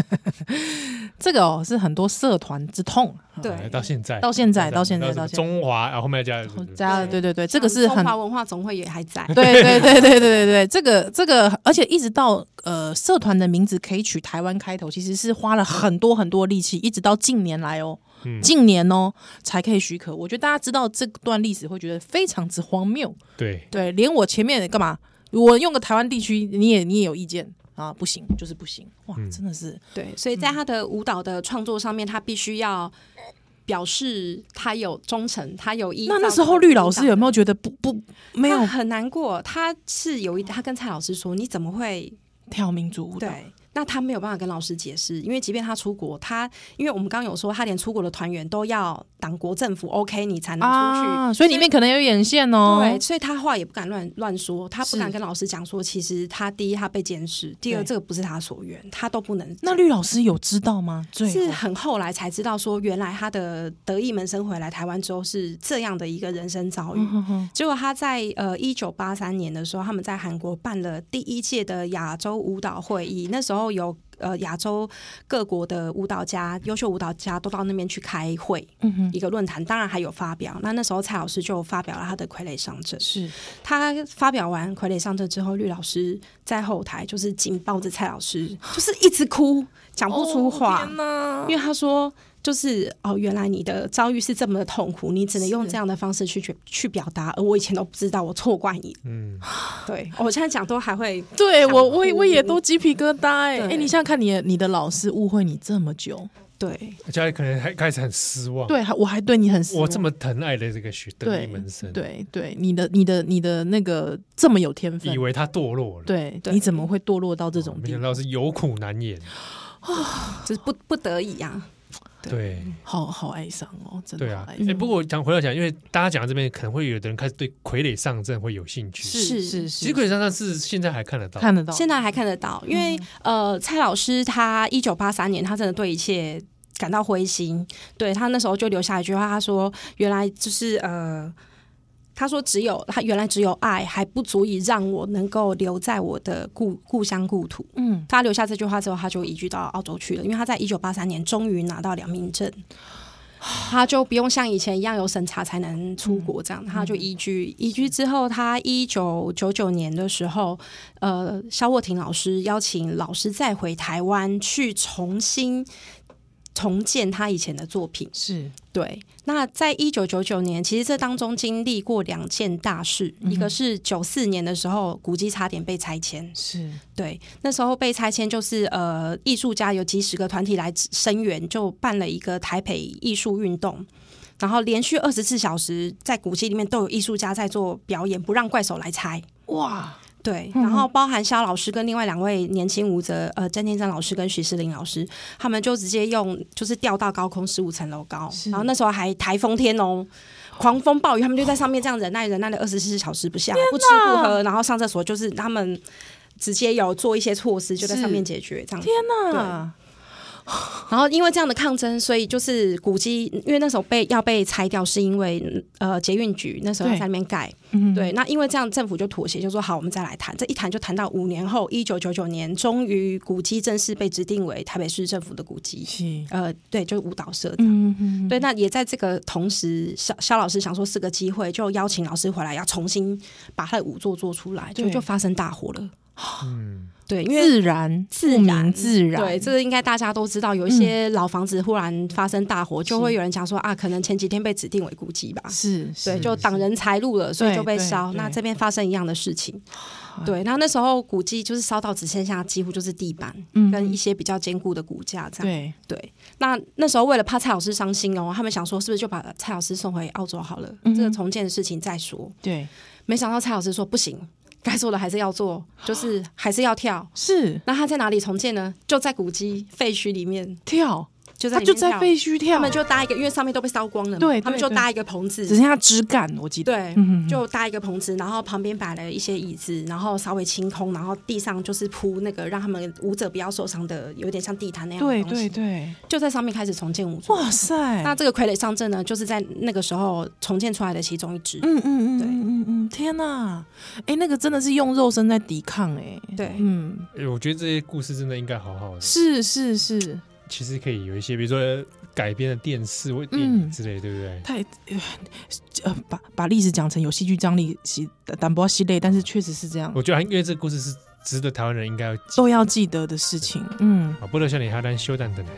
A: 这个哦是很多社团之痛，
B: 哎
C: 对，
B: 到现在，
A: 到现在到现在
B: 什么
A: 到现在，
B: 中华，然后后面加什么
A: 哦加对对对，这个
C: 像
A: 是
C: 嗯中
A: 很
C: 华文化总会也还在。
A: 对对对对对对对，这个这个，而且一直到呃社团的名字可以取台湾开头，其实是花了很多很多力气，一直到近年来哦，近年哦才可以许可。我觉得大家知道这段历史会觉得非常之荒谬，
B: 对，
A: 对，连我前面干嘛，我用个台湾地区，你也你也有意见啊，不行就是不行，哇，
B: 嗯
A: 真的是
C: 对，所以在他的舞蹈的创作上面，他必须要表示他有忠诚，他有依照啊
A: 那
C: 国民党的。
A: 那时候绿老师有没有觉得不不没有
C: 他很难过？他是有一，他跟蔡老师说：“你怎么会
A: 跳民族舞蹈？
C: 对？”那他没有办法跟老师解释，因为即便他出国，他因为我们刚刚有说，他连出国的团员都要党国政府 OK 你才能出去。
A: 啊，所以里面可能有眼线哦，
C: 对，所以他话也不敢乱乱说，他不
A: 是
C: 敢跟老师讲说，其实他第一他被监视，第二
A: 对
C: 这个不是他所愿，他都不能。
A: 那绿老师有知道吗？最后
C: 是很后来才知道说，原来他的得意门生回来台湾之后是这样的一个人生遭
A: 嗯
C: 遇。结果他在呃一九八三年的时候，他们在韩国办了第一届的亚洲舞蹈会议，那时候有。呃，亚洲各国的舞蹈家、优秀舞蹈家都到那边去开会，
A: 嗯哼
C: 一个论坛，当然还有发表。那那时候蔡老师就发表了他的《傀儡上阵》，
A: 是
C: 他发表完《傀儡上阵》之后，绿老师在后台就是紧抱着蔡老师，就是一直哭，讲不出话。
A: 哦
C: 因为他说就是哦，原来你的遭遇是这么的痛苦，你只能用
A: 是
C: 这样的方式去去去表达，而我以前都不知道，我错怪你。
B: 嗯，
C: 对，我现在讲都还会
A: 对我，我也
C: 哭
A: 我也都鸡皮疙瘩哎、哎、
C: 对
A: 你想想看你的，你的老师误会你这么久，
B: 哦
C: 对
B: 而且可能还开始很失望，
A: 对，还我还对你很失望
B: 我这么疼爱的这个学得
A: 对
B: 意门生，，
A: 对对，你的你的你的那个这么有天分
B: 以，为他堕落了，哦
A: 对，
C: 对
A: 你怎么会堕落到这种
B: 没
A: 地
B: 想
A: 步？
B: 到是有苦难言，
C: 就是不不得已啊。
B: 对
A: 好好哀伤哦，真的
B: 对
A: 好
B: 啊。
A: 哀
B: 哎、
A: 伤
C: 嗯
B: 不过我讲回到讲，因为大家讲到这边，可能会有的人开始对傀儡上阵会有兴趣。
A: 是
C: 是
A: 是
B: 其实
A: 是，
B: 傀儡上阵是现在还看得到，
A: 看得到，嗯
C: 现在还看得到，因为、呃，蔡老师他一九八三年，他真的对一切感到灰心。对他那时候就留下一句话，他说：“原来就是呃。”他说：“只有他原来只有爱，还不足以让我能够留在我的故故乡故土。”
A: 嗯，
C: 他留下这句话之后，他就移居到澳洲去了，因为他在一九八三年终于拿到良 民证，他就不用像以前一样有审查才能出国，
A: 嗯
C: 这样他就移居。移居之后，他一九九九年的时候，呃，肖沃廷老师邀请老师再回台湾去重新。重建他以前的作品，
A: 是
C: 对。那在一九九九年，其实这当中经历过两件大事，一个是九四年的时候，古迹差点被拆迁，
A: 是
C: 对，那时候被拆迁就是呃，艺术家有几十个团体来声援，就办了一个台北艺术运动，然后连续二十四小时在古迹里面都有艺术家在做表演，不让怪手来拆。
A: 哇，
C: 对，
A: 嗯
C: 然后包含肖老师跟另外两位年轻舞者，呃，詹天山老师跟徐诗玲老师，他们就直接用就是吊到高空十五层楼高
A: 是，
C: 然后那时候还台风天哦，狂风暴雨，他们就在上面这样忍耐忍耐了二十四小时不下，不吃不喝，然后上厕所，就是他们直接有做一些措施，就在上面解决这样子。
A: 天 哪，
C: 然后因为这样的抗争，所以就是古迹，因为那时候被要被拆掉，是因为呃捷运局那时候
A: 对
C: 在那边盖，
A: 嗯
C: 对，那因为这样政府就妥协，就说好，我们再来谈。这一谈就谈到五年后，一九九九年，终于古迹正式被指定为台北市政府的古迹，
A: 是，
C: 呃，对，就是舞蹈社。
A: 嗯嗯
C: 对，那也在这个同时，肖肖老师想说是个机会，就邀请老师回来，要重新把他的舞作做出来，就
A: 对
C: 就发生大火了。
B: 嗯，
C: 对，因为
A: 自然
C: 自
A: 不
C: 然
A: 明自然，嗯
C: 对，这个应该大家都知道，有一些老房子忽然发生大火，就会有人讲说啊，可能前几天被指定为古迹吧。
A: 是是
C: 对，就挡人财路了，所以就被烧。
A: 对
C: 那
A: 对
C: 这边发生一样的事情，对。那那时候古迹就是烧到只剩下几乎就是地板
A: 嗯
C: 跟一些比较坚固的骨架这样。
A: 对
C: 对。那那时候为了怕蔡老师伤心哦，他们想说是不是就把蔡老师送回澳洲好了，
A: 嗯哼
C: 这个重建的事情再说。
A: 对
C: 没想到蔡老师说不行，该做的还是要做，就是 还是要跳。
A: 是
C: 那他在哪里重建呢？就在古迹废墟里面。
A: 跳
C: 就在
A: 他
C: 里
A: 就
C: 面
A: 在
C: 跳
A: 废墟跳，
C: 他们就搭一个，因为上面都被烧光了嘛，
A: 对对
C: 他们就
A: 对
C: 搭一个棚子，
A: 只剩嗯下枝干，我记得。
C: 对，就搭一个棚子，然后旁边摆了一些椅子，然后稍微清空，然后地上就是铺那个让他们舞者不要受伤的，有点像地毯那样的
A: 对
C: 东
A: 对
C: 西，
A: 对，
C: 就在上面开始重建舞作。
A: 哇塞！
C: 那这个傀儡上阵呢，就是在那个时候重建出来的其中一支。
A: 嗯嗯嗯
C: 对
A: 嗯嗯嗯，天哪！哎，那个真的是用肉身在抵抗哎。
C: 对
A: 嗯，
B: 哎我觉得这些故事真的应该好好的，
A: 是是是，
B: 其实可以有一些，比如说改编的电视或电
A: 嗯
B: 影之类，对不对？
A: 太呃呃把把历史讲成有戏剧张力，系胆薄系类，但是确实是这样，
B: 我觉得因为这个故事是值得台湾人应该要记
A: 都要记得的事情。嗯。
B: 啊，不能像你哈丹修蛋的奶。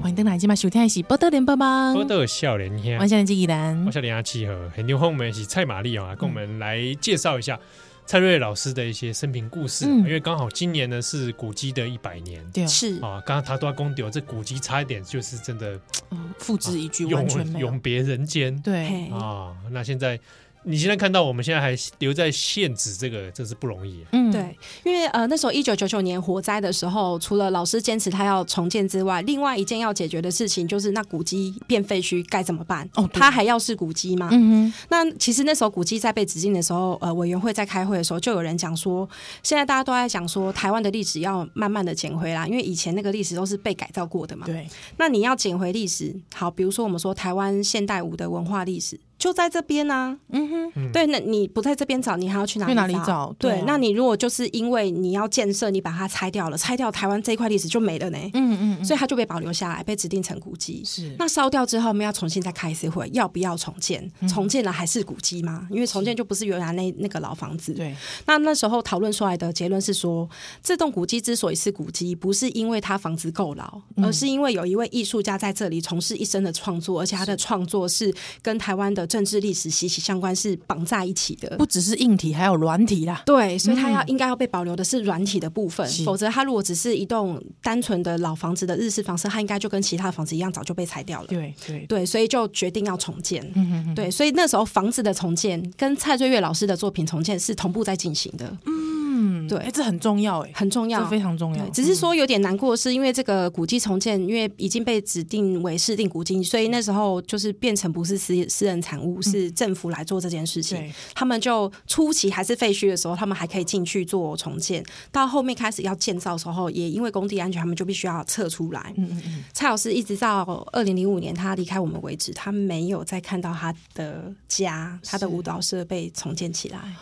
A: 欢迎登来今晚收听的是《波特连帮帮
B: 波》，豆笑脸天
A: 我，是纪怡然
B: 我。笑脸阿七和很牛后面是蔡玛丽啊，跟我们来介绍一下蔡瑞老师的一些生平故事啊、
A: 嗯
B: 因为刚好今年呢是古迹的一百年。
A: 对，哦
C: 是，
B: 啊，刚刚他都要公丢，这古迹差一点就是真的
A: 嗯复制一句
B: 永
A: 完全没有
B: 永。别人间
A: 对，哦
C: 嘿
B: 啊。那现在你现在看到我们现在还留在现址，这个真是不容易啊、
A: 嗯，
C: 对，因为呃那时候一九九九年火灾的时候，除了老师坚持他要重建之外，另外一件要解决的事情就是那古迹变废墟该怎么办？
A: 哦对
C: 它还要是古迹吗？
A: 嗯哼，
C: 那其实那时候古迹在被指禁的时候，呃，委员会在开会的时候，就有人讲说，现在大家都在讲说，台湾的历史要慢慢的捡回来，因为以前那个历史都是被改造过的嘛。
A: 对，
C: 那你要捡回历史，好，比如说我们说台湾现代舞的文化历史。就在这边呢、
A: 嗯哼，
B: 嗯
C: 对，那你不在这边找，你还要去哪里
A: 去哪里找
C: 对，
A: 对啊
C: 那你如果就是因为你要建设，你把它拆掉了，拆掉台湾这一块历史就没了呢，
A: 嗯嗯，以
C: 所以它就被保留下来，被指定成古迹。
A: 是
C: 那烧掉之后，我们要重新再开一次会，要不要重建？
A: 嗯
C: 重建了还是古迹吗？因为重建就不是原来那那个老房子。
A: 对，
C: 那那时候讨论出来的结论是说，这栋古迹之所以是古迹，不是因为它房子够老，
A: 嗯
C: 而是因为有一位艺术家在这里从事一生的创作，而且他的创作是跟台湾的政治历史息息相关，是绑在一起的。
A: 不只是硬体，还有软体啦。
C: 对，所以它要、应该要被保留的是软体的部分
A: 嗯是，
C: 否则它如果只是一栋单纯的老房子的日式房舍，它应该就跟其他房子一样，早就被拆掉了。
A: 对对，
C: 对，所以就决定要重建。
A: 嗯
C: 对，所以那时候房子的重建跟蔡瑞月老师的作品重建是同步在进行的，
A: 嗯，
C: 对
A: 哎，这很重要哎，
C: 很重
A: 这
C: 要
A: 非。常重要嗯
C: 对，。只是说有点难过，是因为这个古迹重建，因为已经被指定为市定古迹，所以那时候就是变成不是私私人产物，是政府来做这件事
A: 嗯
C: 情。
A: 对，
C: 他们就初期还是废墟的时候，他们还可以进去做重建，到后面开始要建造的时候，也因为工地安全，他们就必须要撤出来。
A: 嗯嗯嗯，
C: 蔡老师一直到二零零五年他离开我们为止，他没有再看到他的家、他的舞蹈社被重建起来。
A: 哎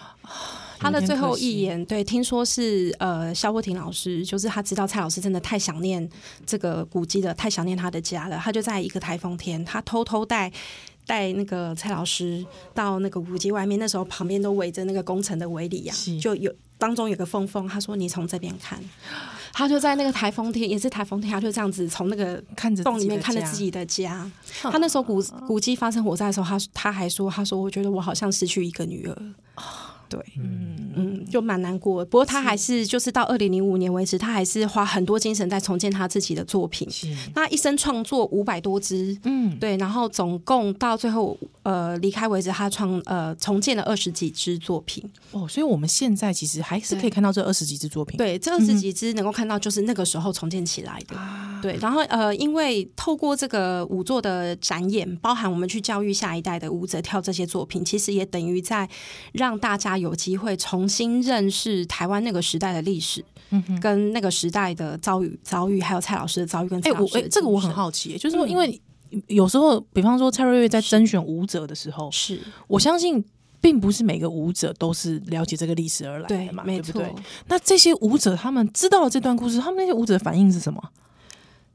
C: 他的最后一眼，对，听说是呃，肖波婷老师，就是他知道蔡老师真的太想念这个古迹了，太想念他的家了。他就在一个台风天，他偷偷带带那个蔡老师到那个古迹外面，那时候旁边都围着那个工程的围篱啊
A: 是，
C: 就有当中有个缝缝，他说你从这边看，他就在那个台风天，也是台风天，他就这样子从那个
A: 看着
C: 洞里面
A: 的
C: 看着
A: 家
C: 自，己的家。他那时候古古迹发生火灾的时候，他他还说，他说我觉得我好像失去一个女儿。对，
A: 嗯，
C: 嗯，就蛮难过的。不过他还是就是到二零零五年为止，他还是花很多精神在重建他自己的作品。
B: 嗯
A: 是，
C: 那一生创作五百多支，
A: 嗯，
C: 对，然后总共到最后呃离开为止，他创呃重建了二十几支作品。
A: 哦，所以我们现在其实还是可以
C: 对
A: 看到这二十几支作品。
C: 对，这二十几支能够看到就是那个时候重建起来的。
A: 啊，
C: 对，然后呃，因为透过这个舞作的展演，包含我们去教育下一代的舞者跳这些作品，其实也等于在让大家有机会重新认识台湾那个时代的历史，
A: 嗯
C: 跟那个时代的遭遇、遭遇，还有蔡老师的遭遇跟
A: 哎、
C: 蔡老
A: 我
C: 师
A: 哎、
C: 的嗯
A: 这个我
C: 精
A: 很
C: 神
A: 好奇、就是说，因为有时候，比方说蔡瑞月在甄选舞者的时候，
C: 是
A: 我相信并不是每个舞者都是了解这个历史而来
C: 对
A: 的嘛，，对
C: 没
A: 不
C: 错。
A: 对？那这些舞者他们知道了这段故事，他们那些舞者的反应是什么？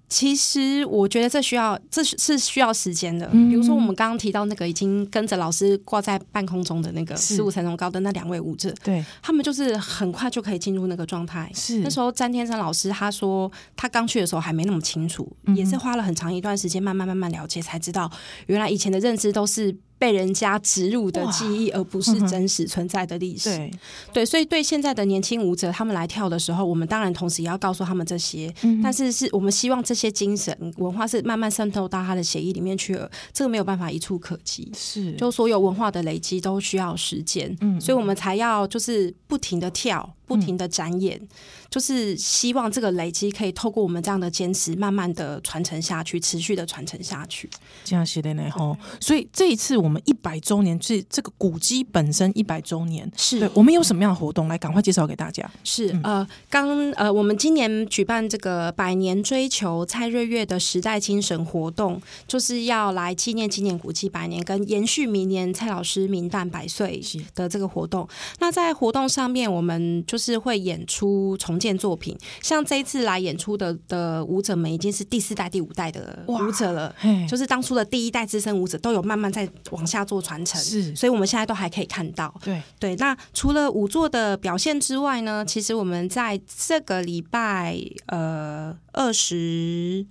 C: 其实我觉得这需要，这是是需要时间的。
A: 嗯
C: 比如说我们刚刚提到那个已经跟着老师挂在半空中的那个
A: 是
C: 十五层楼高的那两位舞者，
A: 对，
C: 他们就是很快就可以进入那个状态。
A: 是
C: 那时候詹天山老师他说，他刚去的时候还没那么清楚，
A: 嗯
C: 也是花了很长一段时间慢慢慢慢了解，才知道原来以前的认知都是被人家植入的
A: 哇嗯
C: 记忆，而不是真实存在的历史。
A: 对，
C: 对，所以对现在的年轻舞者，他们来跳的时候，我们当然同时也要告诉他们这些，
A: 嗯
C: 但是是我们希望这些精神文化是慢慢渗透到他的血液里面去了，这个没有办法一触可及。
A: 是
C: 就所有文化的累积都需要时间，
A: 嗯
C: 所以我们才要就是不停的跳，不停的展演，就是希望这个累积可以透过我们这样的坚持，慢慢的传承下去，持续的传承下去。
A: 这样写的呢吼。所以这一次我们一百周年，这这个古迹本身一百周年，
C: 是
A: 对我们有什么样的活动来赶快介绍给大家？
C: 是
A: 嗯
C: 呃，刚呃，我们今年举办这个百年追求蔡瑞月的时代精神活动，就是要来纪念今年古迹百年，跟延续明年蔡老师明旦百岁
A: 是
C: 的这个活动。那在活动上面，我们就是会演出重建作品，像这一次来演出的的舞者们已经是第四代、第五代的
A: 哇
C: 舞者了。
A: 嘿，
C: 就是当初的第一代资深舞者都有慢慢在往下做传承，
A: 是
C: 所以我们现在都还可以看到。
A: 对，
C: 对，那除了舞作的表现之外呢，其实我们在这个礼拜呃二十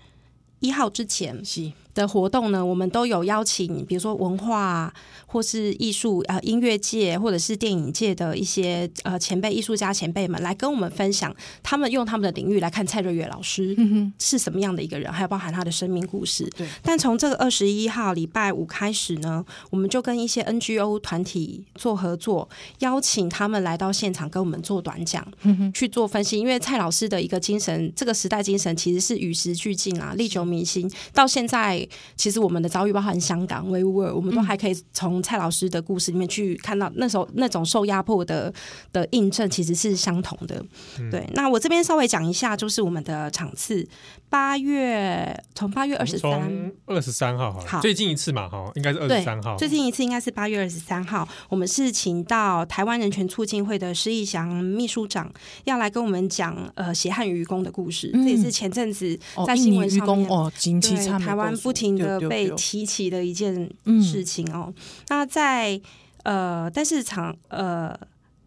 C: 一号之前
A: 是
C: 的活动呢，我们都有邀请，比如说文化或是艺术呃音乐界或者是电影界的一些呃前辈艺术家前辈们来跟我们分享，他们用他们的领域来看蔡瑞月老师是什么样的一个人，还有包含他的生命故事。
A: 对，
C: 但从这个二十一号礼拜五开始呢，我们就跟一些 NGO 团体做合作，邀请他们来到现场跟我们做短讲，去做分析。因为蔡老师的一个精神，这个时代精神其实是与时俱进啊，历久弥新。到现在，其实我们的遭遇，包含香港、维吾尔，我们都还可以从蔡老师的故事里面去看到那时候那种受压迫的的印证，其实是相同的。对，那我这边稍微讲一下，就是我们的场次，八月从八月二十三。
B: 从二十三号好了，
C: 好
B: 最近一次嘛哈，应该是二十
C: 对
B: 三号，
C: 最近一次应该是八月二十三号，我们是请到台湾人权促进会的施义祥秘书长要来跟我们讲呃血汗愚公的故事，
A: 嗯
C: 这也是前阵子
A: 哦，
C: 在
A: 印
C: 新
A: 尼
C: 闻
A: 愚
C: 上
A: 公
C: 面。
A: 哦，近期
C: 对
A: 差
C: 台湾不停的被
A: 提，
C: 提起的一件
A: 嗯
C: 事情哦。那在呃，但是场呃，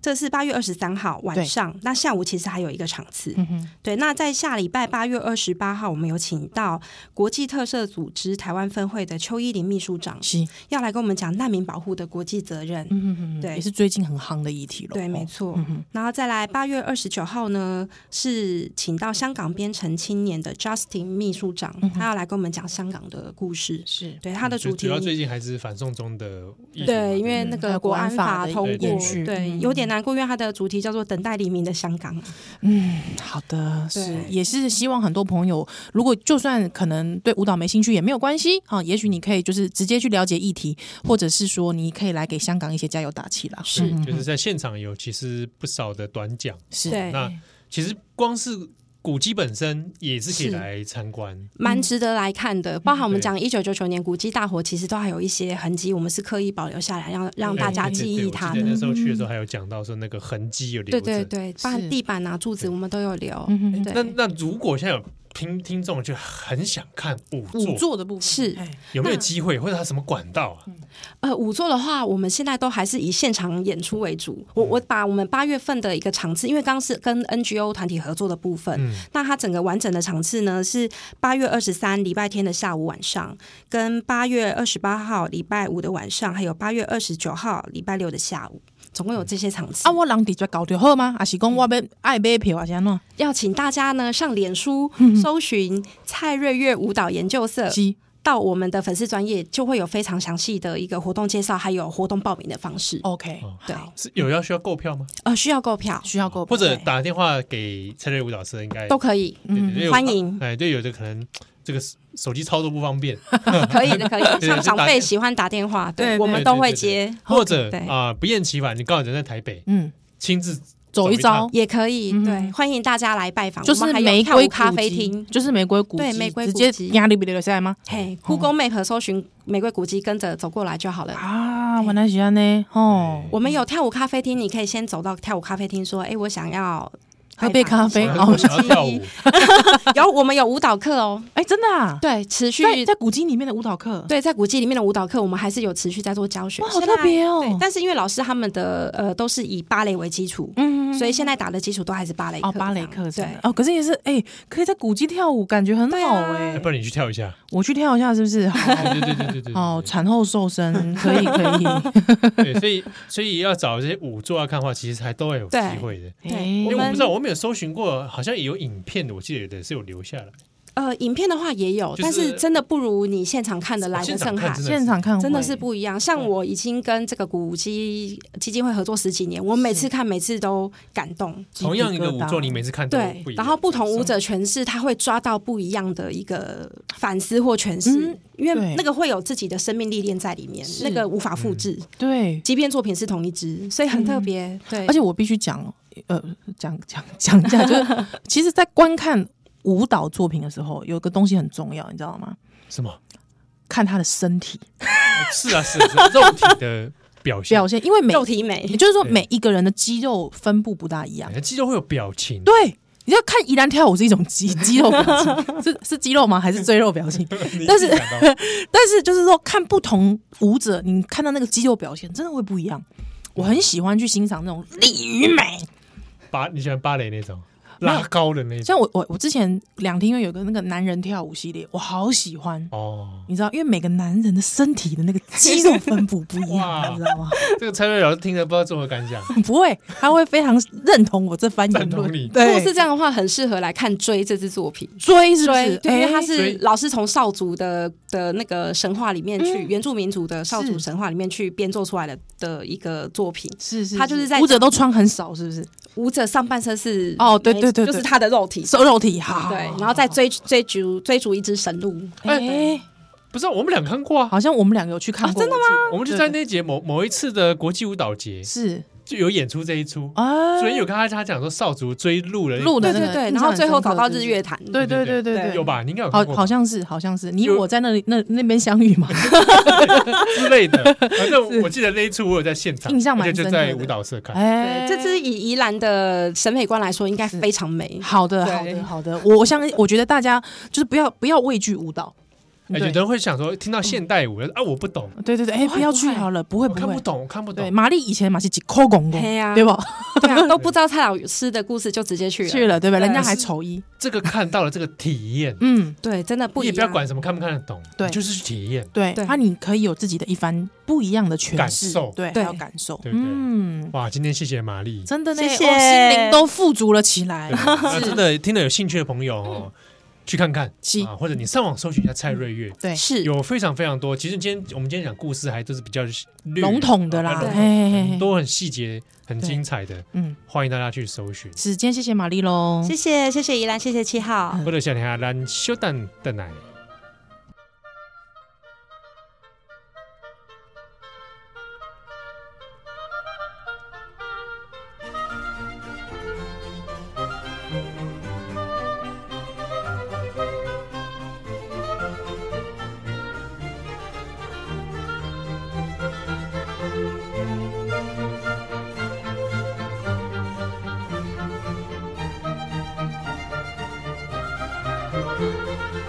C: 这是八月二十三号晚上，那下午其实还有一个场次。
A: 嗯哼，
C: 对，那在下礼拜八月二十八号，我们有请到国际特赦组织台湾分会的邱依林秘书长，
A: 是，
C: 要来跟我们讲难民保护的国际责任。
A: 嗯哼哼，
C: 对
A: 也是最近很夯的议题了，
C: 对，
A: 哦
C: 没错。
B: 嗯
C: 然后再来，八月二十九号呢，是请到香港编程青年的 Justin 秘书长，他要来跟我们讲香港的故事。
A: 是
C: 对，他的
B: 嗯就
C: 主
B: 嗯
C: 题
B: 主要最近还是反送中的议题嘛，嗯
C: 对，因为
B: 不
C: 那
A: 还
C: 个
A: 有
C: 国
A: 国安
C: 安
A: 法
C: 法
A: 的
C: 通
B: 一个
C: 过
B: 延续，
C: 对，
A: 嗯
C: 有点难过，因为它的主题叫做“等待黎明的香港啊
A: 嗯好的，是
C: 对
A: 也是希望很多朋友，如果就算可能对舞蹈没兴趣也没有关系啊，也许你可以就是直接去了解议题，或者是说你可以来给香港一些加油打气啦。
C: 嗯
B: 对就是在现场有其实不少的短讲，
A: 是
C: 对
B: 那其实光是古迹本身也是可以
C: 是
B: 来参观”，，
C: 蛮值得来看的。包含我们
B: 嗯对
C: 讲一九九九年古迹大火，其实都还有一些痕迹，我们是刻意保留下来，让让大家
B: 哎对对
C: 记
B: 对
C: 忆
B: 我记
C: 它
B: 得
C: 的。
B: 那时候去的时候还有讲到说那个痕迹有留
C: 对
B: 着，
C: 对对，包含
A: 是
C: 地板啊、柱子，
B: 对
C: 我们都有留。
A: 嗯
B: 那
C: 对，
B: 那如果现在有听听众就很想看舞
A: 舞
B: 作，
A: 作的部分
C: 是
A: 哎
B: 有没有
C: 那
B: 机会，或者他什么管道啊？
C: 呃，舞作的话，我们现在都还是以现场演出为主。
B: 嗯
C: 我我把我们八月份的一个场次，因为刚刚是跟 NGO 团体合作的部分，
B: 嗯
C: 那它整个完整的场次呢是八月二十三礼拜天的下午晚上，跟八月二十八号礼拜五的晚上，还有八月二十九号礼拜六的下午，总共有这些场次。哦
A: 啊，
B: 嗯
A: 我人底就搞就好啊吗？还是讲我要爱买票还是安怎样？
B: 嗯
C: 要请大家呢上脸书搜寻蔡瑞月舞蹈研究社，
A: 是
C: 到我们的粉丝专业就会有非常详细的一个活动介绍，还有活动报名的方式。
A: OK，
B: 哦
C: 对，
B: 是有要需要购票吗？
C: 呃，需要购票
A: 需要购
B: 或者
A: 买
B: 打电话给蔡瑞舞蹈师，应该
C: 都 可以，
B: 对对对有
C: 欢迎哦
B: 哎，对，有的可能这个手手机操作不方便，
C: 可以的，可以。
B: 对
C: 像长
B: 打
C: 辈喜欢打电话，
A: 对
C: 对，我们
B: 对
C: 都
B: 对
C: 会
B: 对
C: 接，
B: 或者
C: 对
B: 啊不厌其烦，你刚好人在台北，
A: 嗯，
B: 亲自
A: 走一遭
B: 走
C: 也可以。
A: 嗯
C: 对，欢迎大家来拜访，
A: 就
C: 我
A: 是
C: 们还有
A: 玫
C: 跳舞
A: 瑰
C: 咖啡
A: 古迹
C: 厅。
A: 就是玫瑰古迹，
C: 对玫瑰古
A: 直接
C: 迹
A: 压力不留下来吗？
C: 嘿，Google
B: 哦
C: Map 搜寻玫瑰古迹，跟着走过来就好了。
A: 啊，原来是安呢，哦，
C: 我们
B: 嗯
C: 有跳舞咖啡厅，你可以先走到跳舞咖啡厅，说：“哎，我想要
A: 喝杯咖啡
C: 哎
B: 然
A: 哦
B: 后啊我想要跳舞，
C: 有我们有舞蹈课哦，
A: 哎，真的啊，
C: 对，持续
A: 在在古迹里面的舞蹈课，
C: 对，在古迹里面的舞蹈课，我们还是有持续在做教学。
A: 哇，好
C: 现在
A: 特别哦，
C: 对，但是因为老师他们的呃都是以芭蕾为基础，
A: 嗯，嗯嗯
C: 所以现在打的基础都还是芭蕾课
A: 哦，芭蕾
C: 这样
A: 课程
C: 对。啊
A: 哦，可是也是哎、可以在古迹跳舞，感觉很好哎、
B: 哎不然你去跳一 下，哦
A: 我去跳一下是不是？好
B: 对对对对对对，
C: 哦
A: 好，
B: 对
A: 产后瘦身可以可 以。
B: 对，所以所以要找这些舞做要看的话，其实还都会有机会的。
C: 对
A: 哎
B: 因
C: 我
B: 为
C: 们
B: 我不知道，我没有搜寻过，好像也有影片的，我记得有的是有留下来。
C: 呃，影片的话也有，
B: 就是哦
C: 但是真的不如你现场看的来的
B: 现
C: 震
B: 场看
C: 撼。
B: 真
A: 现场看会
C: 真的是不一样，像我已经跟这个古基基金会合作十几年，我每次看每次都感动。
A: 鸡皮疙瘩
B: 同样一个舞作，你每次看都
C: 对
B: 不一，样。
C: 然后不同舞者诠释，他会抓到不一样的一个反思或诠释，
A: 嗯
C: 因
A: 对
C: 为那个会有自己的生命历练在里面，
A: 是
C: 那个无法复制。
A: 对，
C: 即便作品是同一支，所以很特别。对，
A: 嗯而且我必须讲，呃，讲讲 讲一下， 就是其实，在观看舞蹈作品的时候，有个东西很重要，你知道吗？
B: 什么？
A: 看他的身体
B: 是啊是啊，是啊肉体的表现
A: 表，现，因为每
C: 肉体美
A: 也，就是说
B: 对
A: 每一个人的肌肉分布不大一样
B: 哎。肌肉会有表情。
A: 对，你要看宜兰跳舞是一种肌 肌肉表情，是是肌肉吗？还是赘肉表情？
B: 你
A: 但是
B: 自己感到
A: 但是就是说，看不同舞者，你看到那个肌肉表现，真的会不一样。我很喜欢去欣赏那种力与美。
B: 嗯芭你喜欢芭蕾那种
A: 没有
B: 拉高的那种
A: 像我我我之前两厅院有个那个男人跳舞系列，我好喜欢。
B: 哦。
A: 你知道，因为每个男人的身体的那个肌肉分布不一
B: 哇
A: 样，你知道吗？
B: 这个蔡瑞老师听了不知道作何感想，
A: 不会，他会非常认同我这番言
B: 赞 同
A: 论
B: 你。
C: 如果是
A: 对，
C: 这样的话，很适合来看《追》这支作品。
A: 追是不
C: 追
A: 是？，
C: 对，因为
A: 哎
C: 它
B: 追
C: 是老师从少族的的那个神话里面去，原住民族的少
A: 嗯
C: 族
A: 是
C: 神话里面去编作出来的的一个作品。
A: 是是，
C: 他就是在
A: 舞者都穿很少，是不是？
C: 舞者上半身是
A: 哦对对对对
C: 就是他的肉体，
A: 瘦肉体，好，
C: 对，然后再追追逐追逐一只神鹿。
A: 哎、
B: 不是啊我们俩看过啊，
A: 好像我们两个有去看过，
C: 哦真的
A: 吗？
B: 我们就在那节某某一次的国际舞蹈节
A: 是
B: 就有演出这一出，
A: 啊，
B: 所以有看他他讲说少族追鹿了，
A: 录的
C: 对
A: 那个
C: 对对，
A: 印
C: 然
A: 象
C: 后
A: 很
C: 最后
A: 深刻
C: 找到
A: 就是
C: 日月潭。
A: 对对对对
C: 对
A: 对，
B: 有吧？你应该有
A: 好
B: 看，过吧
A: 好像是，好像是你
B: 有
A: 我在那里那那边相遇嘛，
B: 之类的。反正我记得那一出我有在现场，
A: 印象蛮
B: 而且就
A: 深刻的
B: 在舞蹈社看。
A: 哎
C: 对，，这支以宜兰的审美观来说，应该非 常美。
A: 好的，
C: 对
A: 好的，好的，我我相信，我觉得大家就是不要不要畏惧舞蹈，对
B: 哎，有的人会想说，听到现代舞啊，我不懂，
A: 对对对，哎，
C: 不会
A: 不要去
C: 不会
A: 好了，不会
B: 我哦看
A: 会
B: 不，懂，我看不
A: 对，
B: 懂。
A: 玛丽以前嘛是几抠公公，
C: 嘿呀
A: 对不？
C: 对啊，都不知道蔡老师的故事就直接去了。
A: 去了，对吧？
C: 对啊
A: 人家还丑一，
B: 这个看到了这个体 验，
A: 嗯，
C: 对，真的不
B: 你
C: 一
B: 也
C: 样。
B: 不要管什么看不看得懂，
A: 对
B: 你就是去体验。
A: 对，
C: 对
A: 那你可以有自己的一番不一样的诠
B: 感
A: 释
B: 受，
A: 对，还
C: 对
A: 有感受，
B: 对对
A: 嗯，
B: 哇，今天谢谢玛 丽，
A: 真的呢，
C: 谢谢
A: 哦心灵都富足了起来
B: 对，那真
A: 是，
B: 的听了有兴趣的朋友哦，去看看
A: 嗯是嗯
B: 啊，或者你上网搜寻一下蔡瑞月。嗯
A: 对，
C: 是
B: 有非常非常多，其实今天我们今天讲故事还都是比较略
A: 笼统的啦
B: 啊，
A: 嘿嘿嘿嘿
B: 很多很细节、很
A: 对
B: 精彩的，
A: 嗯，
B: 欢迎大家去搜寻。
A: 是，今天谢谢玛丽喽，
C: 谢谢谢谢宜兰，谢谢七号。
B: 或者想听下咱小等等来。
D: Thank